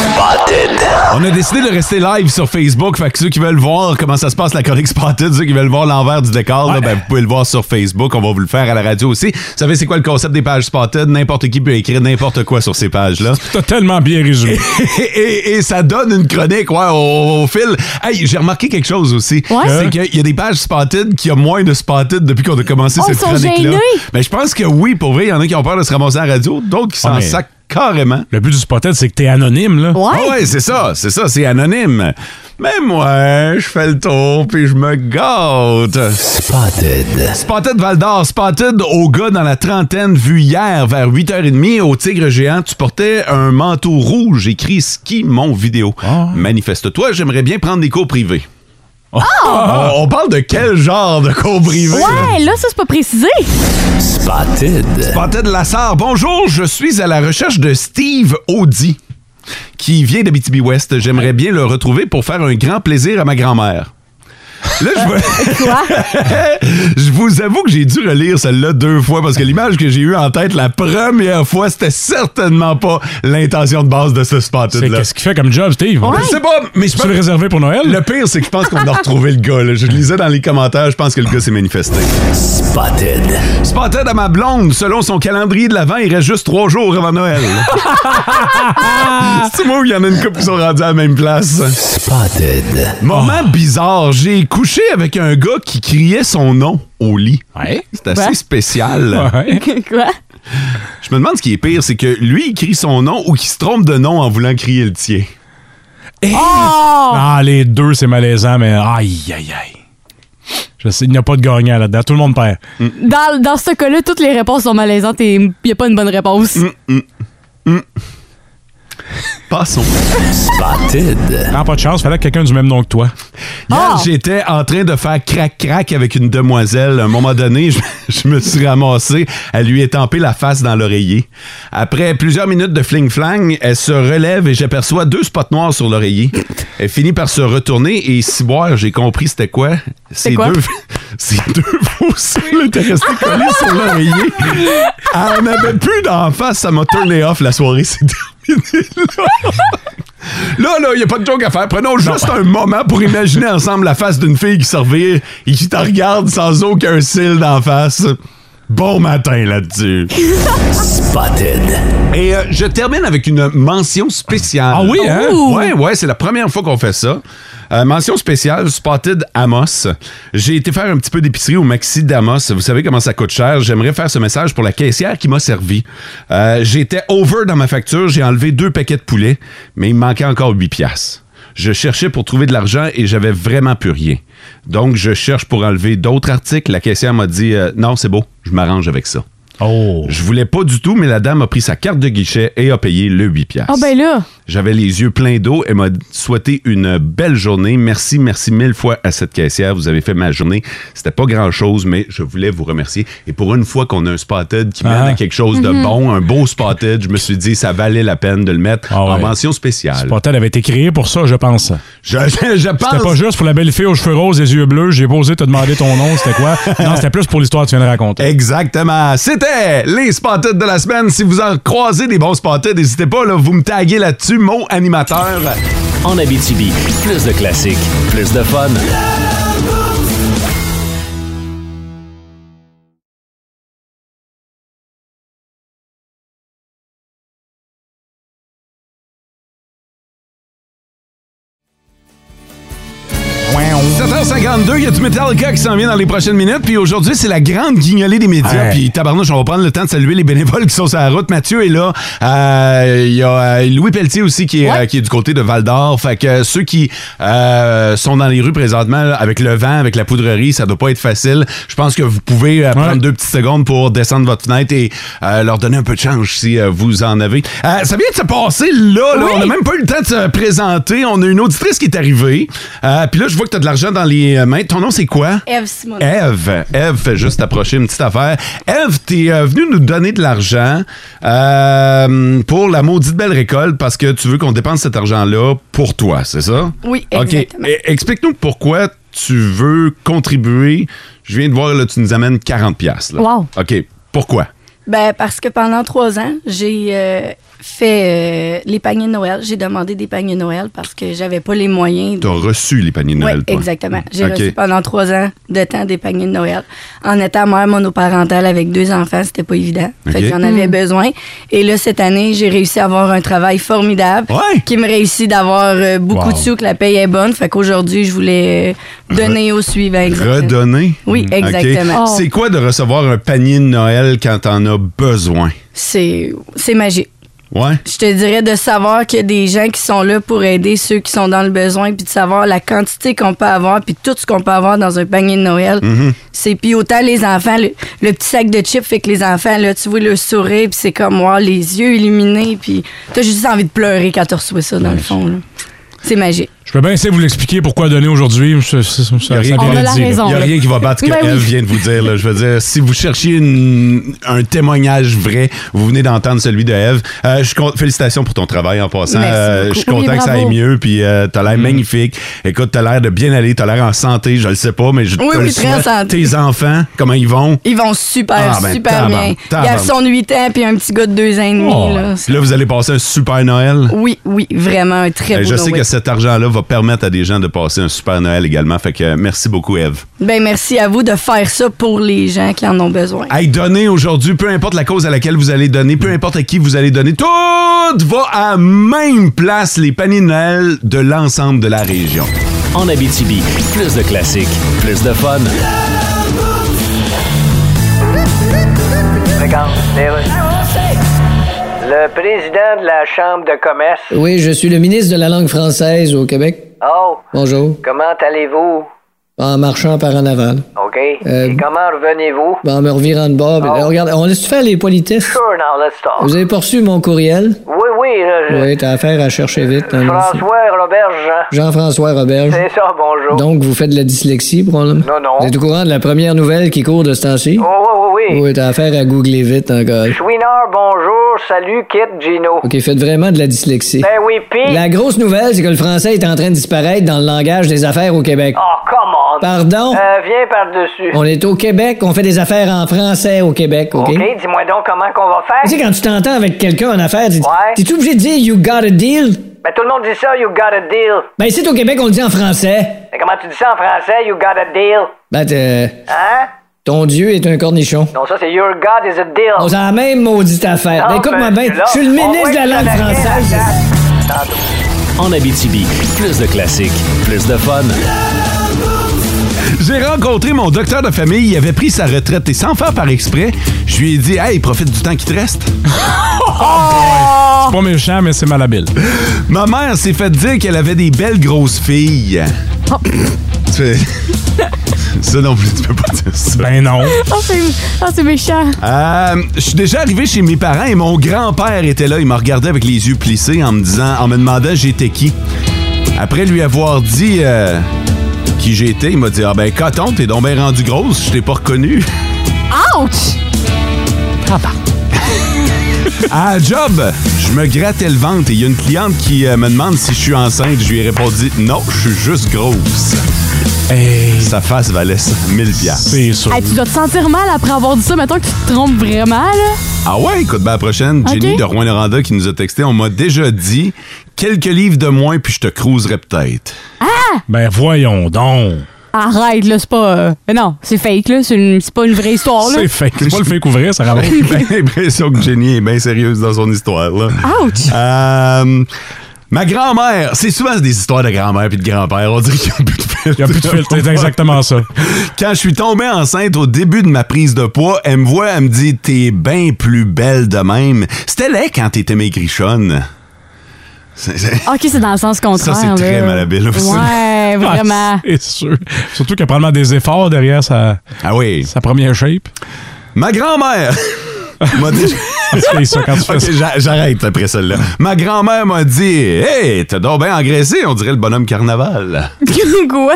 Spotted. On a décidé de rester live sur Facebook. Fait que ceux qui veulent voir comment ça se passe, la chronique Spotted, ceux qui veulent voir l'envers du décor, là, ben, vous pouvez le voir sur Facebook. On va vous le faire à la radio aussi. Vous savez, c'est quoi le concept des pages Spotted? N'importe qui peut écrire n'importe quoi sur ces pages-là. T'as tellement bien résumé. et, et- et ça donne une chronique, ouais, au, au fil. Hey, j'ai remarqué quelque chose aussi. Ouais. Hein? C'est qu'il y a des pages spotted qui ont moins de spotted depuis qu'on a commencé Oh, cette ils sont chronique-là. gênés. Mais Ben, je pense que oui, pour vrai, il y en a qui ont peur de se ramasser à la radio, d'autres qui s'en Ah, mais- sacent carrément. Le but du spotted, c'est que t'es anonyme, là. Ouais. Ah ouais, c'est ça, c'est ça, c'est anonyme. Mais moi, je fais le tour puis je me gâte. Spotted. Spotted Val d'Or, Spotted au gars dans la trentaine vu hier vers 8h30 au Tigre Géant. Tu portais un manteau rouge écrit Ski Mon Vidéo. Ah. Manifeste-toi, j'aimerais bien prendre des cours privés. On, on parle de quel genre de cours privés? Ouais, là, ça, c'est pas précisé. Spotted. Spotted Lassard, bonjour, je suis à la recherche de Steve Audi qui vient d'Abitibi-Ouest. J'aimerais bien le retrouver pour faire un grand plaisir à ma grand-mère. Là, je veux... Quoi? Je vous avoue que j'ai dû relire celle-là deux fois parce que l'image que j'ai eue en tête la première fois, c'était certainement pas l'intention de base de ce C'est spotted-là. qu'est-ce qu'il fait comme job, Steve? Je sais pas, mais je Tu veux le pense- réserver pour Noël? Le pire, c'est que je pense qu'on a retrouvé le gars. là. Je le lisais dans les commentaires, je pense que le gars s'est manifesté. Spotted. Spotted à ma blonde, selon son calendrier de l'avant, il reste juste trois jours avant Noël. C'est moi où il y en a une couple qui sont rendus à la même place. Spotted. Moment bizarre, j'ai couché avec un gars qui criait son nom au lit. Ouais. C'est assez spécial. Ouais. Quoi? Je me demande ce qui est pire, c'est que lui, il crie son nom ou qu'il se trompe de nom en voulant crier le tien. Oh! Ah, les deux, c'est malaisant, mais aïe, aïe, aïe. Je sais, il n'y a pas de gagnant là-dedans. Tout le monde perd. Dans, dans ce cas-là, toutes les réponses sont malaisantes et il a pas une bonne réponse. Passons. Spotted. Prends pas de chance, fallait que quelqu'un du même nom que toi. Hier, Oh! j'étais en train de faire crac-crac avec une demoiselle. À un moment donné, je, je me suis ramassé à lui étamper la face dans l'oreiller. Après plusieurs minutes de fling-flang, elle se relève et j'aperçois deux spots noirs sur l'oreiller. Elle finit par se retourner et si boire, j'ai compris c'était quoi. Ces quoi? deux, ces deux fossiles étaient restés collés sur l'oreiller. Elle n'avait plus d'en face, ça m'a tourné off la soirée. C'est terminé. Là, là, il n'y a pas de joke à faire. Prenons juste un moment pour imaginer ensemble la face d'une fille qui se revire et qui te regarde sans aucun cil d'en face. Bon matin là-dessus. Spotted. Et euh, je termine avec une mention spéciale. Ah oui, hein? Ouh. Ouais, ouais, c'est la première fois qu'on fait ça. Euh, mention spéciale, Spotted Amos. J'ai été faire un petit peu d'épicerie au Maxi d'Amos. Vous savez comment ça coûte cher. J'aimerais faire ce message pour la caissière qui m'a servi. Euh, J'étais over dans ma facture. J'ai enlevé deux paquets de poulet, mais il me manquait encore 8 piastres. je cherchais pour trouver de l'argent et j'avais vraiment plus rien. Donc, je cherche pour enlever d'autres articles. La caissière m'a dit euh, Non, c'est beau, je m'arrange avec ça. Oh. Je voulais pas du tout, mais la dame a pris sa carte de guichet et a payé le 8 piastres. Ah, ben là. J'avais les yeux pleins d'eau et m'a souhaité une belle journée. Merci, merci mille fois à cette caissière. Vous avez fait ma journée. C'était pas grand-chose, mais je voulais vous remercier. Et pour une fois qu'on a un spotted qui mène Ah. à quelque chose de Mhm. bon, un beau spotted, je me suis dit ça valait la peine de le mettre Ah en ouais. mention spéciale. Spotted avait été créé pour ça, je pense. Je, je, je pense. C'était pas juste pour la belle fille aux cheveux roses, les yeux bleus, j'ai posé te demander ton nom, c'était quoi? Non, c'était plus pour l'histoire que tu viens de raconter. Exactement. C'était les spotted de la semaine. Si vous en croisez des bons spotted, n'hésitez pas, là, vous me taguez là-dessus, mot animateur. En Abitibi, plus de classiques, plus de fun. Ouais, on- 7h52, il y a du Metallica qui s'en vient dans les prochaines minutes. Puis aujourd'hui, c'est la grande guignolée des médias. Ouais. Puis tabarnouche, on va prendre le temps de saluer les bénévoles qui sont sur la route. Mathieu est là. Euh, Il y a euh, Louis Pelletier aussi qui est, Ouais. euh, qui est du côté de Val-d'Or. Fait que euh, ceux qui euh, sont dans les rues présentement, là, avec le vent, avec la poudrerie, ça doit pas être facile. Je pense que vous pouvez euh, prendre deux petites secondes pour descendre votre fenêtre et euh, leur donner un peu de change si euh, vous en avez. Euh, ça vient de se passer là. là. Oui. On a même même pas eu le temps de se présenter. On a une auditrice qui est arrivée. Euh, Puis là, je vois que tu as de l'argent dans les euh, mains. Ton nom, c'est quoi? Eve Simon. Eve. Eve fait juste approcher une petite affaire. Eve, t'es euh, venue nous donner de l'argent euh, pour la maudite belle récolte parce que tu veux qu'on dépense cet argent-là pour toi, c'est ça? Oui, OK. exactement. Et- Explique-nous pourquoi tu veux contribuer. Je viens de voir, là, tu nous amènes 40$. piastres, là. Wow. OK. Pourquoi? Ben, parce que pendant trois ans, j'ai euh, fait euh, les paniers de Noël. J'ai demandé des paniers de Noël parce que j'avais pas les moyens. Tu as reçu les paniers de Noël, Ouais, toi. exactement. J'ai OK. reçu pendant trois ans de temps des paniers de Noël. En étant mère monoparentale avec deux enfants, c'était pas évident. Fait OK. que j'en avais besoin. Et là, cette année, j'ai réussi à avoir un travail formidable Ouais. qui me réussit d'avoir euh, beaucoup Wow. de sous, que la paye est bonne. Fait qu'aujourd'hui, je voulais euh, donner au suivant. exactement. Redonner. Oui, Ok. exactement. Oh. C'est quoi de recevoir un panier de Noël quand t'en as besoin? C'est c'est magique. Ouais. Je te dirais de savoir qu'il y a des gens qui sont là pour aider ceux qui sont dans le besoin, puis de savoir la quantité qu'on peut avoir, puis tout ce qu'on peut avoir dans un panier de Noël. Mm-hmm. C'est puis autant les enfants, le, le petit sac de chips fait que les enfants, là, tu vois le sourire, puis c'est comme, wow, les yeux illuminés, puis t'as juste envie de pleurer quand tu reçois ça, dans le fond. là. C'est magique. Je peux bien essayer de vous l'expliquer pourquoi donner aujourd'hui. Ça- ça- ça- ça rien vient On a d'être la dit, là. raison. Il n'y a là. rien qui va battre ce que Ben oui. Eve vient de vous dire. là. Je veux dire, si vous cherchiez une- un témoignage vrai, vous venez d'entendre celui de Eve. Euh, je suis con- félicitations pour ton travail en passant. Merci Euh, je suis beaucoup. content Oui, que ça aille bravo. mieux. Puis euh, t'as l'air magnifique. Écoute, t'as l'air de bien aller. T'as l'air en santé. Je le sais pas, mais je Oui, te le oui, très en souhaite. santé. Tes enfants, comment ils vont? Ils vont super, Ah, ben, super tabarn- bien. Il y tabarn- a son 8 ans, puis un petit gars de 2 ans et demi. Oh, là. Puis là, vous allez passer un super Noël. Oui, oui, vraiment, un très Euh, beau je sais Noël. que cet argent-là va permettre à des gens de passer un super Noël également. Fait que euh, merci beaucoup, Eve. Ben merci à vous de faire ça pour les gens qui en ont besoin. Hey, donnez aujourd'hui, peu importe la cause à laquelle vous allez donner, peu importe à qui vous allez donner, tout va à même place les paniers de Noël de l'ensemble de la région. En Abitibi, plus de classiques, plus de fun. Le président de la Chambre de commerce. Oui, je suis le ministre de la langue française au Québec. Oh, Bonjour. comment allez-vous? En marchant par en avant. là. OK. Euh, Et comment revenez-vous? Ben, en me revirant de bord. ben, Oh. là, regarde, on laisse faire les politesses. Sure, now let's talk. Vous avez pas reçu mon courriel? Oui, oui, là, je- Oui, t'as affaire à chercher vite. hein, ici. François Robert Jean. Jean-François Roberge. C'est ça, bonjour. Donc, vous faites de la dyslexie, probablement? Non, non. Vous êtes au courant de la première nouvelle qui court de ce temps-ci? Oh, oui, oui, oui. Oui, t'as affaire à googler vite encore. Chouinard, bonjour. Salut, Kit, Gino. OK, faites vraiment de la dyslexie. Ben oui, pis. La grosse nouvelle, c'est que le français est en train de disparaître dans le langage des affaires au Québec. Oh, come on. Pardon? Euh, viens par-dessus. On est au Québec, on fait des affaires en français au Québec, OK? OK, dis-moi donc comment qu'on va Tu sais, faire. quand tu t'entends avec quelqu'un en affaires, tu- Ouais. t'es-tu obligé de dire « you got a deal Ben, tout le monde dit ça, you got a deal. ». Ben, ici, au Québec, on le dit en français. Mais comment tu dis ça en français, you got a deal? Ben, t'es- Hein? ton Dieu est un cornichon. Non, ça, c'est your God is a deal. On s'en a la même maudite affaire. Ben, écoute-moi bien, je suis le ministre de la langue française. En Abitibi, plus de classiques, plus de fun. J'ai rencontré mon docteur de famille, il avait pris sa retraite et sans faire par exprès, je lui ai dit Hey, profite du temps qui te reste. C'est pas méchant, mais c'est malhabile. Ma mère s'est fait dire qu'elle avait des belles grosses filles. Oh. Tu fais- ça non plus, tu peux pas dire ça. Ben non. Oh, c'est oh, c'est méchant. Euh, je suis déjà arrivé chez mes parents et mon grand-père était là. Il me regardait avec les yeux plissés en me disant, en me demandant j'étais qui. Après lui avoir dit euh, qui j'étais, il m'a dit Ah ben coton, t'es donc bien rendu grosse, je t'ai pas reconnu. Ouch! À la job, je me grattais le ventre et il y a une cliente qui euh, me demande si je suis enceinte. Je lui ai répondu Non, je suis juste grosse. Sa face valait 1000 piastres. C'est sûr. Hey, tu dois te sentir mal après avoir dit ça. Mettons que tu te trompes vraiment, là. Ah ouais, écoute, ben à la prochaine, Ok. Jenny de Rouen-Noranda qui nous a texté, on m'a déjà dit quelques livres de moins puis je te cruiserai peut-être. Ben voyons donc. Ah! Arrête, là, c'est pas. euh, Mais non, c'est fake, là. C'est une- c'est pas une vraie histoire, là. C'est fake. C'est pas le fait couvrir, ça ramène. J'ai bien l'impression que Jenny est bien sérieuse dans son histoire. Là. Ouch! Euh, ma grand-mère, c'est souvent des histoires de grand-mère puis de grand-père. On dirait qu'il n'y a plus de filtre. Il n'y a plus de filtre, c'est exactement ça. Quand je suis tombé enceinte au début de ma prise de poids, elle me voit, elle me dit T'es bien plus belle de même. C'était laid quand t'étais maigrichonne. C'est- c'est- Ok, c'est dans le sens contraire. Ça, c'est très là. malhabile aussi. Ouais, vraiment. Ah, c'est sûr. Surtout qu'il y a probablement des efforts derrière sa, Ah oui. sa première shape. Ma grand-mère m'a dit. Tu fais ça quand tu fais Ok, ça. j'a- J'arrête après celle-là. Ma grand-mère m'a dit Hey, t'as donc bien engraissé, on dirait le bonhomme carnaval. Quoi?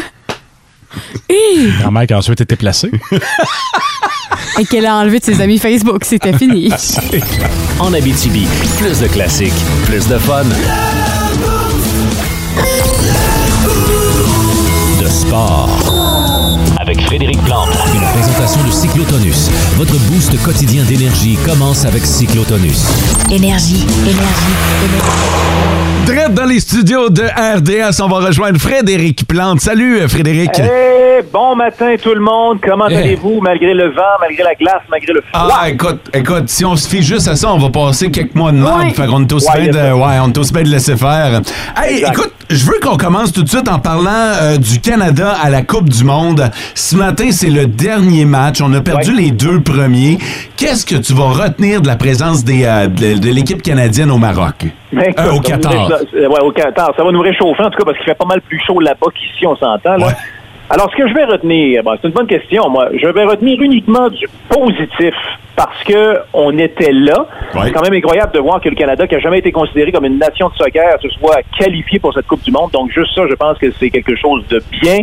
Hi! Grand-mère qui a ensuite été placée. Et qu'elle a enlevé de ses amis Facebook. C'était fini. En Abitibi, plus de classiques, plus de fun. De sport. Avec Frédéric Plante. Une présentation de Cyclotonus. Votre boost quotidien d'énergie commence avec Cyclotonus. Énergie, énergie, énergie. Drette dans les studios de RDS, on va rejoindre Frédéric Plante. Salut, euh, Frédéric. Hey, Eh, bon matin tout le monde. Comment allez-vous malgré le vent, malgré la glace, malgré le froid? Eh. Ah, écoute, écoute, si on se fie juste à ça, on va passer quelques mois de merde. Ouais. Fait qu'on est aussi Ouais, bien de, y a ça. ouais, on est aussi bien de laisser faire. Hey, Exact. écoute, je veux qu'on commence tout de suite en parlant euh, du Canada à la Coupe du Monde. Ce matin, c'est le dernier match. On a perdu les deux premiers. Qu'est-ce que tu vas retenir de la présence des, euh, de, de l'équipe canadienne au Maroc? Ben, écoute, Euh, au ça va nous Qatar. récha- euh, ouais, au Qatar. Ça va nous réchauffer, en tout cas, parce qu'il fait pas mal plus chaud là-bas qu'ici, on s'entend. là. Ouais. Alors, ce que je vais retenir, bon, c'est une bonne question, moi. Je vais retenir uniquement du positif, parce que on était là. Ouais. C'est quand même incroyable de voir que le Canada, qui a jamais été considéré comme une nation de soccer, se soit qualifié pour cette Coupe du Monde. Donc, juste ça, je pense que c'est quelque chose de bien.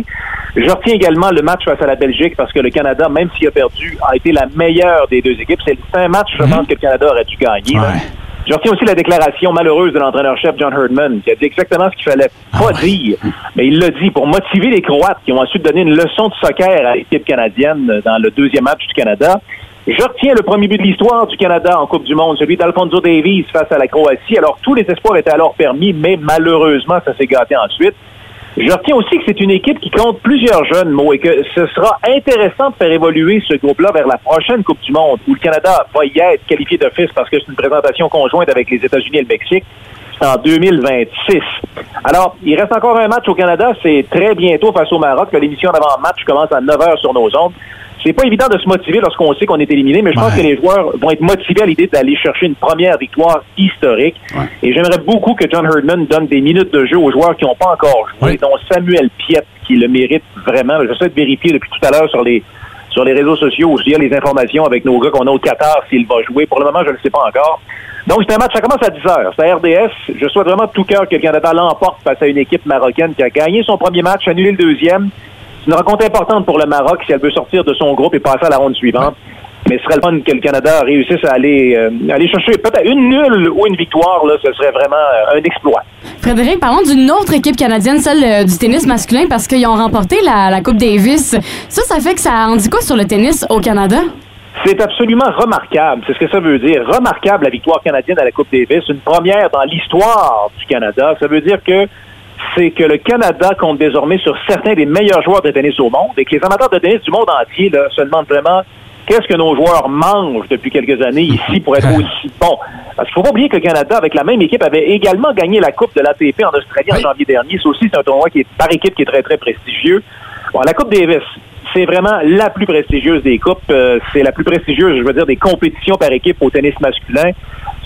Je retiens également le match face à la Belgique, parce que le Canada, même s'il a perdu, a été la meilleure des deux équipes. C'est un match, je pense, que le Canada aurait dû gagner. là. Mm-hmm. Ouais. Je retiens aussi la déclaration malheureuse de l'entraîneur-chef John Herdman, qui a dit exactement ce qu'il fallait pas dire, mais il l'a dit pour motiver les Croates qui ont ensuite donné une leçon de soccer à l'équipe canadienne dans le deuxième match du Canada. Je retiens le premier but de l'histoire du Canada en Coupe du Monde, celui d'Alfonso Davies face à la Croatie. Alors, tous les espoirs étaient alors permis, mais malheureusement, ça s'est gâté ensuite. Je retiens aussi que c'est une équipe qui compte plusieurs jeunes, Mo, et que ce sera intéressant de faire évoluer ce groupe-là vers la prochaine Coupe du Monde, où le Canada va y être qualifié d'office parce que c'est une présentation conjointe avec les États-Unis et le Mexique. C'est en 2026. Alors, il reste encore un match au Canada. C'est très bientôt face au Maroc. que L'émission d'avant-match commence à 9h sur nos ondes. C'est pas évident de se motiver lorsqu'on sait qu'on est éliminé, mais je pense Ouais. que les joueurs vont être motivés à l'idée d'aller chercher une première victoire historique. Et j'aimerais beaucoup que John Herdman donne des minutes de jeu aux joueurs qui n'ont pas encore joué, Oui. dont Samuel Piet, qui le mérite vraiment. J'essaie de vérifier depuis tout à l'heure sur les sur les réseaux sociaux s'il y a les informations avec nos gars qu'on a au Qatar, s'il va jouer. Pour le moment, je ne le sais pas encore. Donc, c'est un match, ça commence à 10 h C'est à RDS. Je souhaite vraiment de tout cœur que le Canada l'emporte face à une équipe marocaine qui a gagné son premier match, annulé le deuxième. C'est une rencontre importante pour le Maroc si elle veut sortir de son groupe et passer à la ronde suivante. Mais ce serait le fun que le Canada réussisse à aller, euh, aller chercher peut-être une nulle ou une victoire. Là, ce serait vraiment euh, un exploit. Frédéric, parlons d'une autre équipe canadienne, celle euh, du tennis masculin, parce qu'ils ont remporté la, la Coupe Davis. Ça, ça fait que ça en dit quoi sur le tennis au Canada? C'est absolument remarquable. C'est ce que ça veut dire. Remarquable la victoire canadienne à la Coupe Davis. Une première dans l'histoire du Canada. Ça veut dire que c'est que le Canada compte désormais sur certains des meilleurs joueurs de tennis au monde et que les amateurs de tennis du monde entier là, se demandent vraiment qu'est-ce que nos joueurs mangent depuis quelques années ici pour être aussi bons. Parce qu'il faut pas oublier que le Canada, avec la même équipe, avait également gagné la Coupe de l'ATP en Australie en janvier dernier. Ça aussi, c'est un tournoi qui est par équipe qui est très, très prestigieux. Bon, la Coupe Davis, c'est vraiment la plus prestigieuse des coupes. Euh, c'est la plus prestigieuse, je veux dire, des compétitions par équipe au tennis masculin.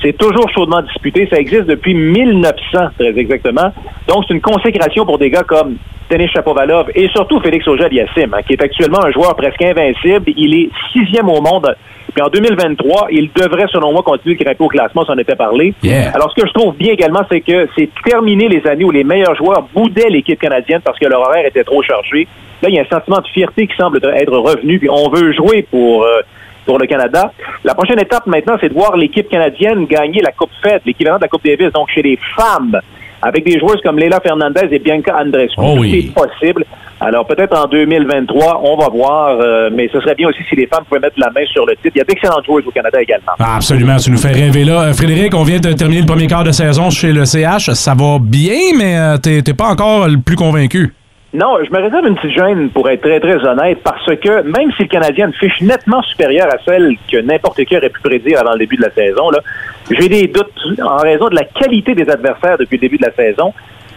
C'est toujours chaudement disputé. Ça existe depuis 1900, très exactement. Donc, c'est une consécration pour des gars comme Denis Chapovalov et surtout Félix Auger-Aliassime, hein, qui est actuellement un joueur presque invincible. Il est sixième au monde. Puis en 2023, il devrait, selon moi, continuer de grimper au classement, si on était parlé. Yeah. Alors, ce que je trouve bien également, c'est que c'est terminé les années où les meilleurs joueurs boudaient l'équipe canadienne parce que leur horaire était trop chargé. Là, il y a un sentiment de fierté qui semble être revenu, puis on veut jouer pour... euh, pour le Canada. La prochaine étape maintenant, c'est de voir l'équipe canadienne gagner la Coupe Fed, l'équivalent de la Coupe Davis, donc chez les femmes, avec des joueuses comme Leila Fernandez et Bianca Andreescu. Oh oui. C'est possible. Alors peut-être en 2023, on va voir, euh, mais ce serait bien aussi si les femmes pouvaient mettre la main sur le titre. Il y a d'excellentes joueuses au Canada également. Ah, absolument, tu nous fais rêver là. Euh, Frédéric, on vient de terminer le premier quart de saison chez le CH. Ça va bien, mais euh, t'es t'es pas encore le plus convaincu. Non, je me réserve une petite gêne pour être très, très honnête, parce que même si le Canadien a une fiche nettement supérieure à celle que n'importe qui aurait pu prédire avant le début de la saison, là, j'ai des doutes en raison de la qualité des adversaires depuis le début de la saison.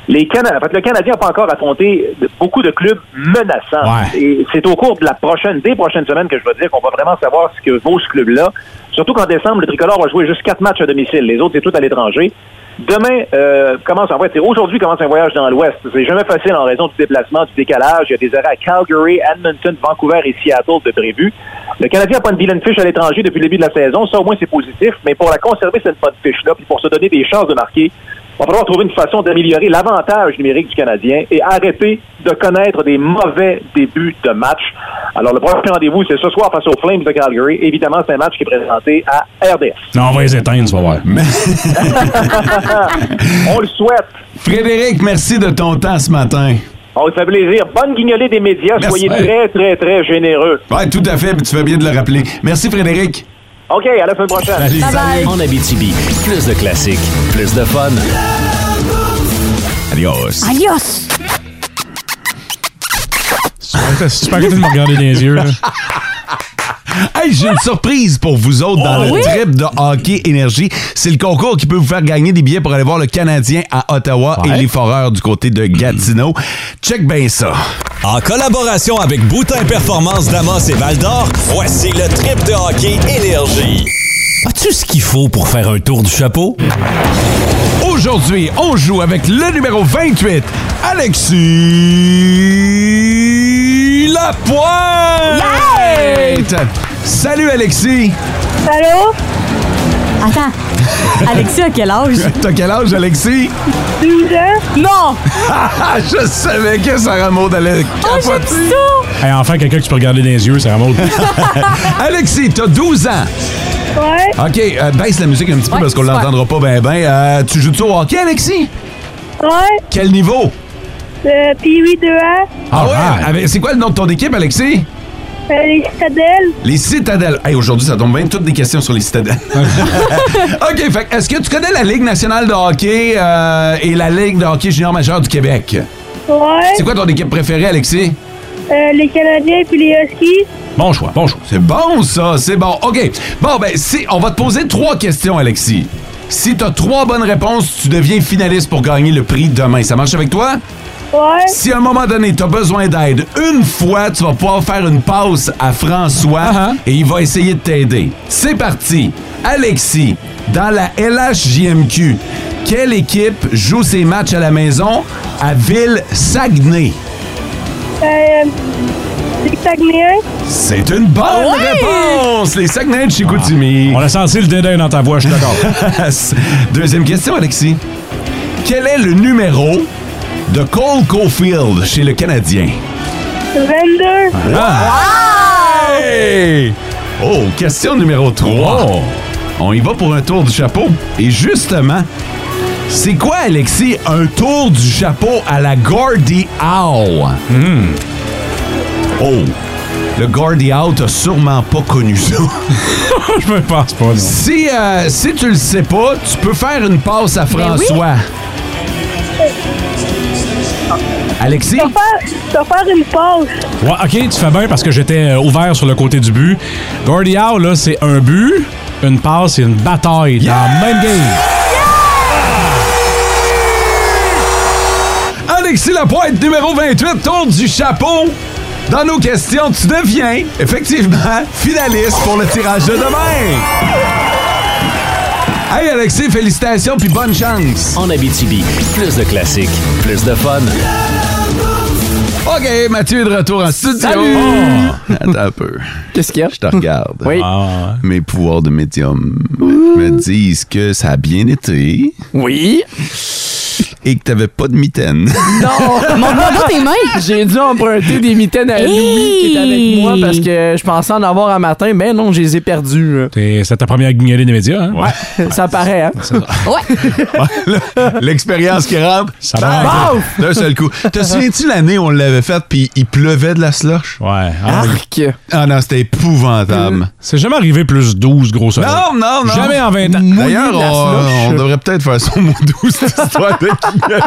Les Cana- en fait, le Canadien n'a pas encore affronté de- beaucoup de clubs menaçants. Et c'est au cours de la prochaine, des prochaines semaines que je vais dire qu'on va vraiment savoir ce que vaut ce club-là. Surtout qu'en décembre, le tricolore va jouer juste quatre matchs à domicile. Les autres, c'est tout à l'étranger. Demain euh, commence en fait, c'est aujourd'hui commence un voyage dans l'Ouest. C'est jamais facile en raison du déplacement, du décalage. Il y a des arrêts à Calgary, Edmonton, Vancouver et Seattle de prévu. Le Canadien n'a pas une vilaine fiche à l'étranger depuis le début de la saison. Ça, au moins, c'est positif. Mais pour la conserver, cette bonne fiche-là, puis pour se donner des chances de marquer, on va falloir trouver une façon d'améliorer l'avantage numérique du Canadien et arrêter de connaître des mauvais débuts de match. Alors, le prochain rendez-vous, c'est ce soir face aux Flames de Calgary. Évidemment, c'est un match qui est présenté à RDS. Non, on va les éteindre, tu vas voir. On le souhaite. Frédéric, merci de ton temps ce matin. On vous fait plaisir. Bonne guignolée des médias. Soyez Merci. très, très, très généreux. Ouais, tout à fait, puis tu fais bien de le rappeler. Merci Frédéric. OK, à la semaine prochaine. Allez, Bye bye. En Abitibi, plus de classiques, plus de fun. Adios. Adios! C'est super que de me regarder dans les yeux. là. Hey, j'ai une surprise pour vous autres dans le oui? trip de Hockey Énergie. C'est le concours qui peut vous faire gagner des billets pour aller voir le Canadien à Ottawa et les Foreurs du côté de Gatineau. Check bien ça. En collaboration avec Boutin Performance Damas et Val d'Or, voici le trip de hockey Énergie. As-tu ce qu'il faut pour faire un tour du chapeau? Aujourd'hui, on joue avec le numéro 28, Alexis Lapointe. Salut Alexis. Allô? Attends. Alexis, à quel âge? T'as quel âge, Alexis? 12 ans? Non! Je savais que Sarah Maud allait Oh, capoter. Hey, enfin, quelqu'un que tu peux regarder dans les yeux, c'est un mot. Alexis, t'as 12 ans. Ouais. OK, euh, baisse la musique un petit peu parce qu'on l'entendra pas bien, bien. tu joues-tu au hockey, Alexis? Ouais. Quel niveau? Euh, puis oui, 2A, Ah ouais? Avec- C'est quoi le nom de ton équipe, Alexis? euh, les citadelles. Les Citadelles. Hey, aujourd'hui, ça tombe bien, toutes des questions sur les Citadelles. OK, fait que est-ce que tu connais la Ligue nationale de hockey euh, et la Ligue de hockey junior majeur du Québec? Ouais. C'est quoi ton équipe préférée, Alexis? Euh, les Canadiens puis les Huskies. Bon choix, bon choix. C'est bon, ça, c'est bon. OK. Bon, ben, si, on va te poser trois questions, Alexis. Si t'as trois bonnes réponses, tu deviens finaliste pour gagner le prix demain. Ça marche avec toi? Ouais. Si à un moment donné, t'as besoin d'aide, une fois, tu vas pouvoir faire une passe à François et il va essayer de t'aider. C'est parti. Alexis, dans la LHJMQ, quelle équipe joue ses matchs à la maison à Ville-Saguenay? Euh, les Saguenayens. C'est une bonne réponse! Les Saguenay de Chicoutimi. Ah. On a senti le dédain dans ta voix, je suis d'accord. Deuxième question, Alexis. Quel est le numéro de Cole Caulfield chez le Canadien? 22. Ah! Hey! Oh, question numéro 3. On y va pour un tour du chapeau. Et justement, c'est quoi, Alexis, un tour du chapeau à la Gordy Howe? Hmm. Oh, le Gordy Howe t'as sûrement pas connu ça. Je me pense pas, non. si, euh, si tu le sais pas, tu peux faire une passe à Ben oui. François. Tu Alexis? vas faire, tu vas faire une pause. Ouais, ok, tu fais bien parce que j'étais euh, ouvert sur le côté du but. Gordy Howe, là, c'est un but, une passe et une bataille dans le même game. Alexis Lapointe, numéro 28, tour du chapeau. Dans nos questions, tu deviens effectivement finaliste pour le tirage de demain. Hey Alexis, félicitations puis bonne chance. En Abitibi, plus de classiques, plus de fun. OK, Mathieu est de retour en studio. Salut! Attends un peu. Qu'est-ce qu'il y a? Je te regarde. Oui. Mes pouvoirs de médium me disent que ça a bien été. Oui. Et que t'avais pas de mitaine. Non! Montre-moi tes mains! J'ai dû emprunter des mitaines à Louis qui est avec moi parce que je pensais en avoir un matin, mais non, je les ai perdus. T'es- C'est ta première guignolée des médias, hein? Ça paraît, hein? L'expérience qui rentre, ça va. D'un seul coup. Te souviens-tu l'année où on l'avait faite puis il pleuvait de la slush? Ouais. Arc! Euh, Ah non, c'était épouvantable. C'est jamais arrivé plus 12, grosso modo. Non, non, non. Jamais en 20 ans. D'ailleurs, on, on devrait peut-être faire son mot doux, cette histoire de guignol.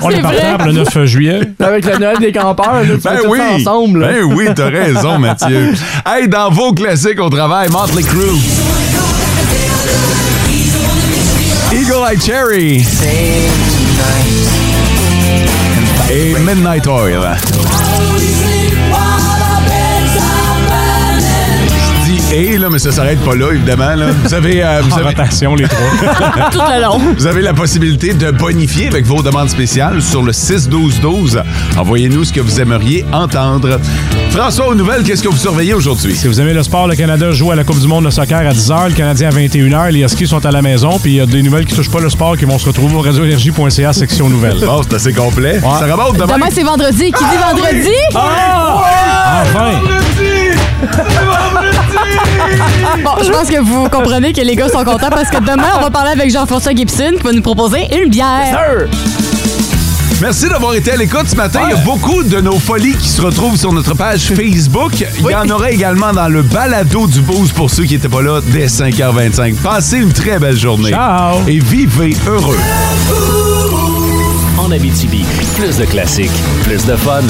On est partable le 9 juillet. Avec le Noël des campeurs, là, tu fais Ben tout oui! ça ensemble. là. Ben oui, t'as raison, Mathieu. Hey, dans vos classiques au travail, Motley Crue. Eagle Eye Cherry. Et Midnight Oil. Je dis et, là, mais ça s'arrête pas là, évidemment. là. Vous avez. euh, vous En avez... rotation, les trois. Tout le long. Vous avez la possibilité de bonifier avec vos demandes spéciales sur le 6-12-12. Envoyez-nous ce que vous aimeriez entendre. François, aux nouvelles, qu'est-ce que vous surveillez aujourd'hui? Si vous aimez le sport, le Canada joue à la Coupe du Monde de soccer à 10h, le Canadien à 21h, les skis sont à la maison, puis il y a des nouvelles qui touchent pas le sport qui vont se retrouver au radioénergie.ca section nouvelles. Bon, c'est assez complet. Ça remonte demain. Ah! Demain, c'est vendredi. Qui dit vendredi? Enfin! Bon, je pense que vous comprenez que les gars sont contents parce que demain, on va parler avec Jean-François Gibson qui va nous proposer une bière. Merci d'avoir été à l'écoute ce matin. Il y a beaucoup de nos folies qui se retrouvent sur notre page Facebook. Il y en aura également dans le balado du Boost pour ceux qui n'étaient pas là dès 5h25. Passez une très belle journée. Ciao! Et vivez heureux. En Abitibi, plus de classiques, plus de fun.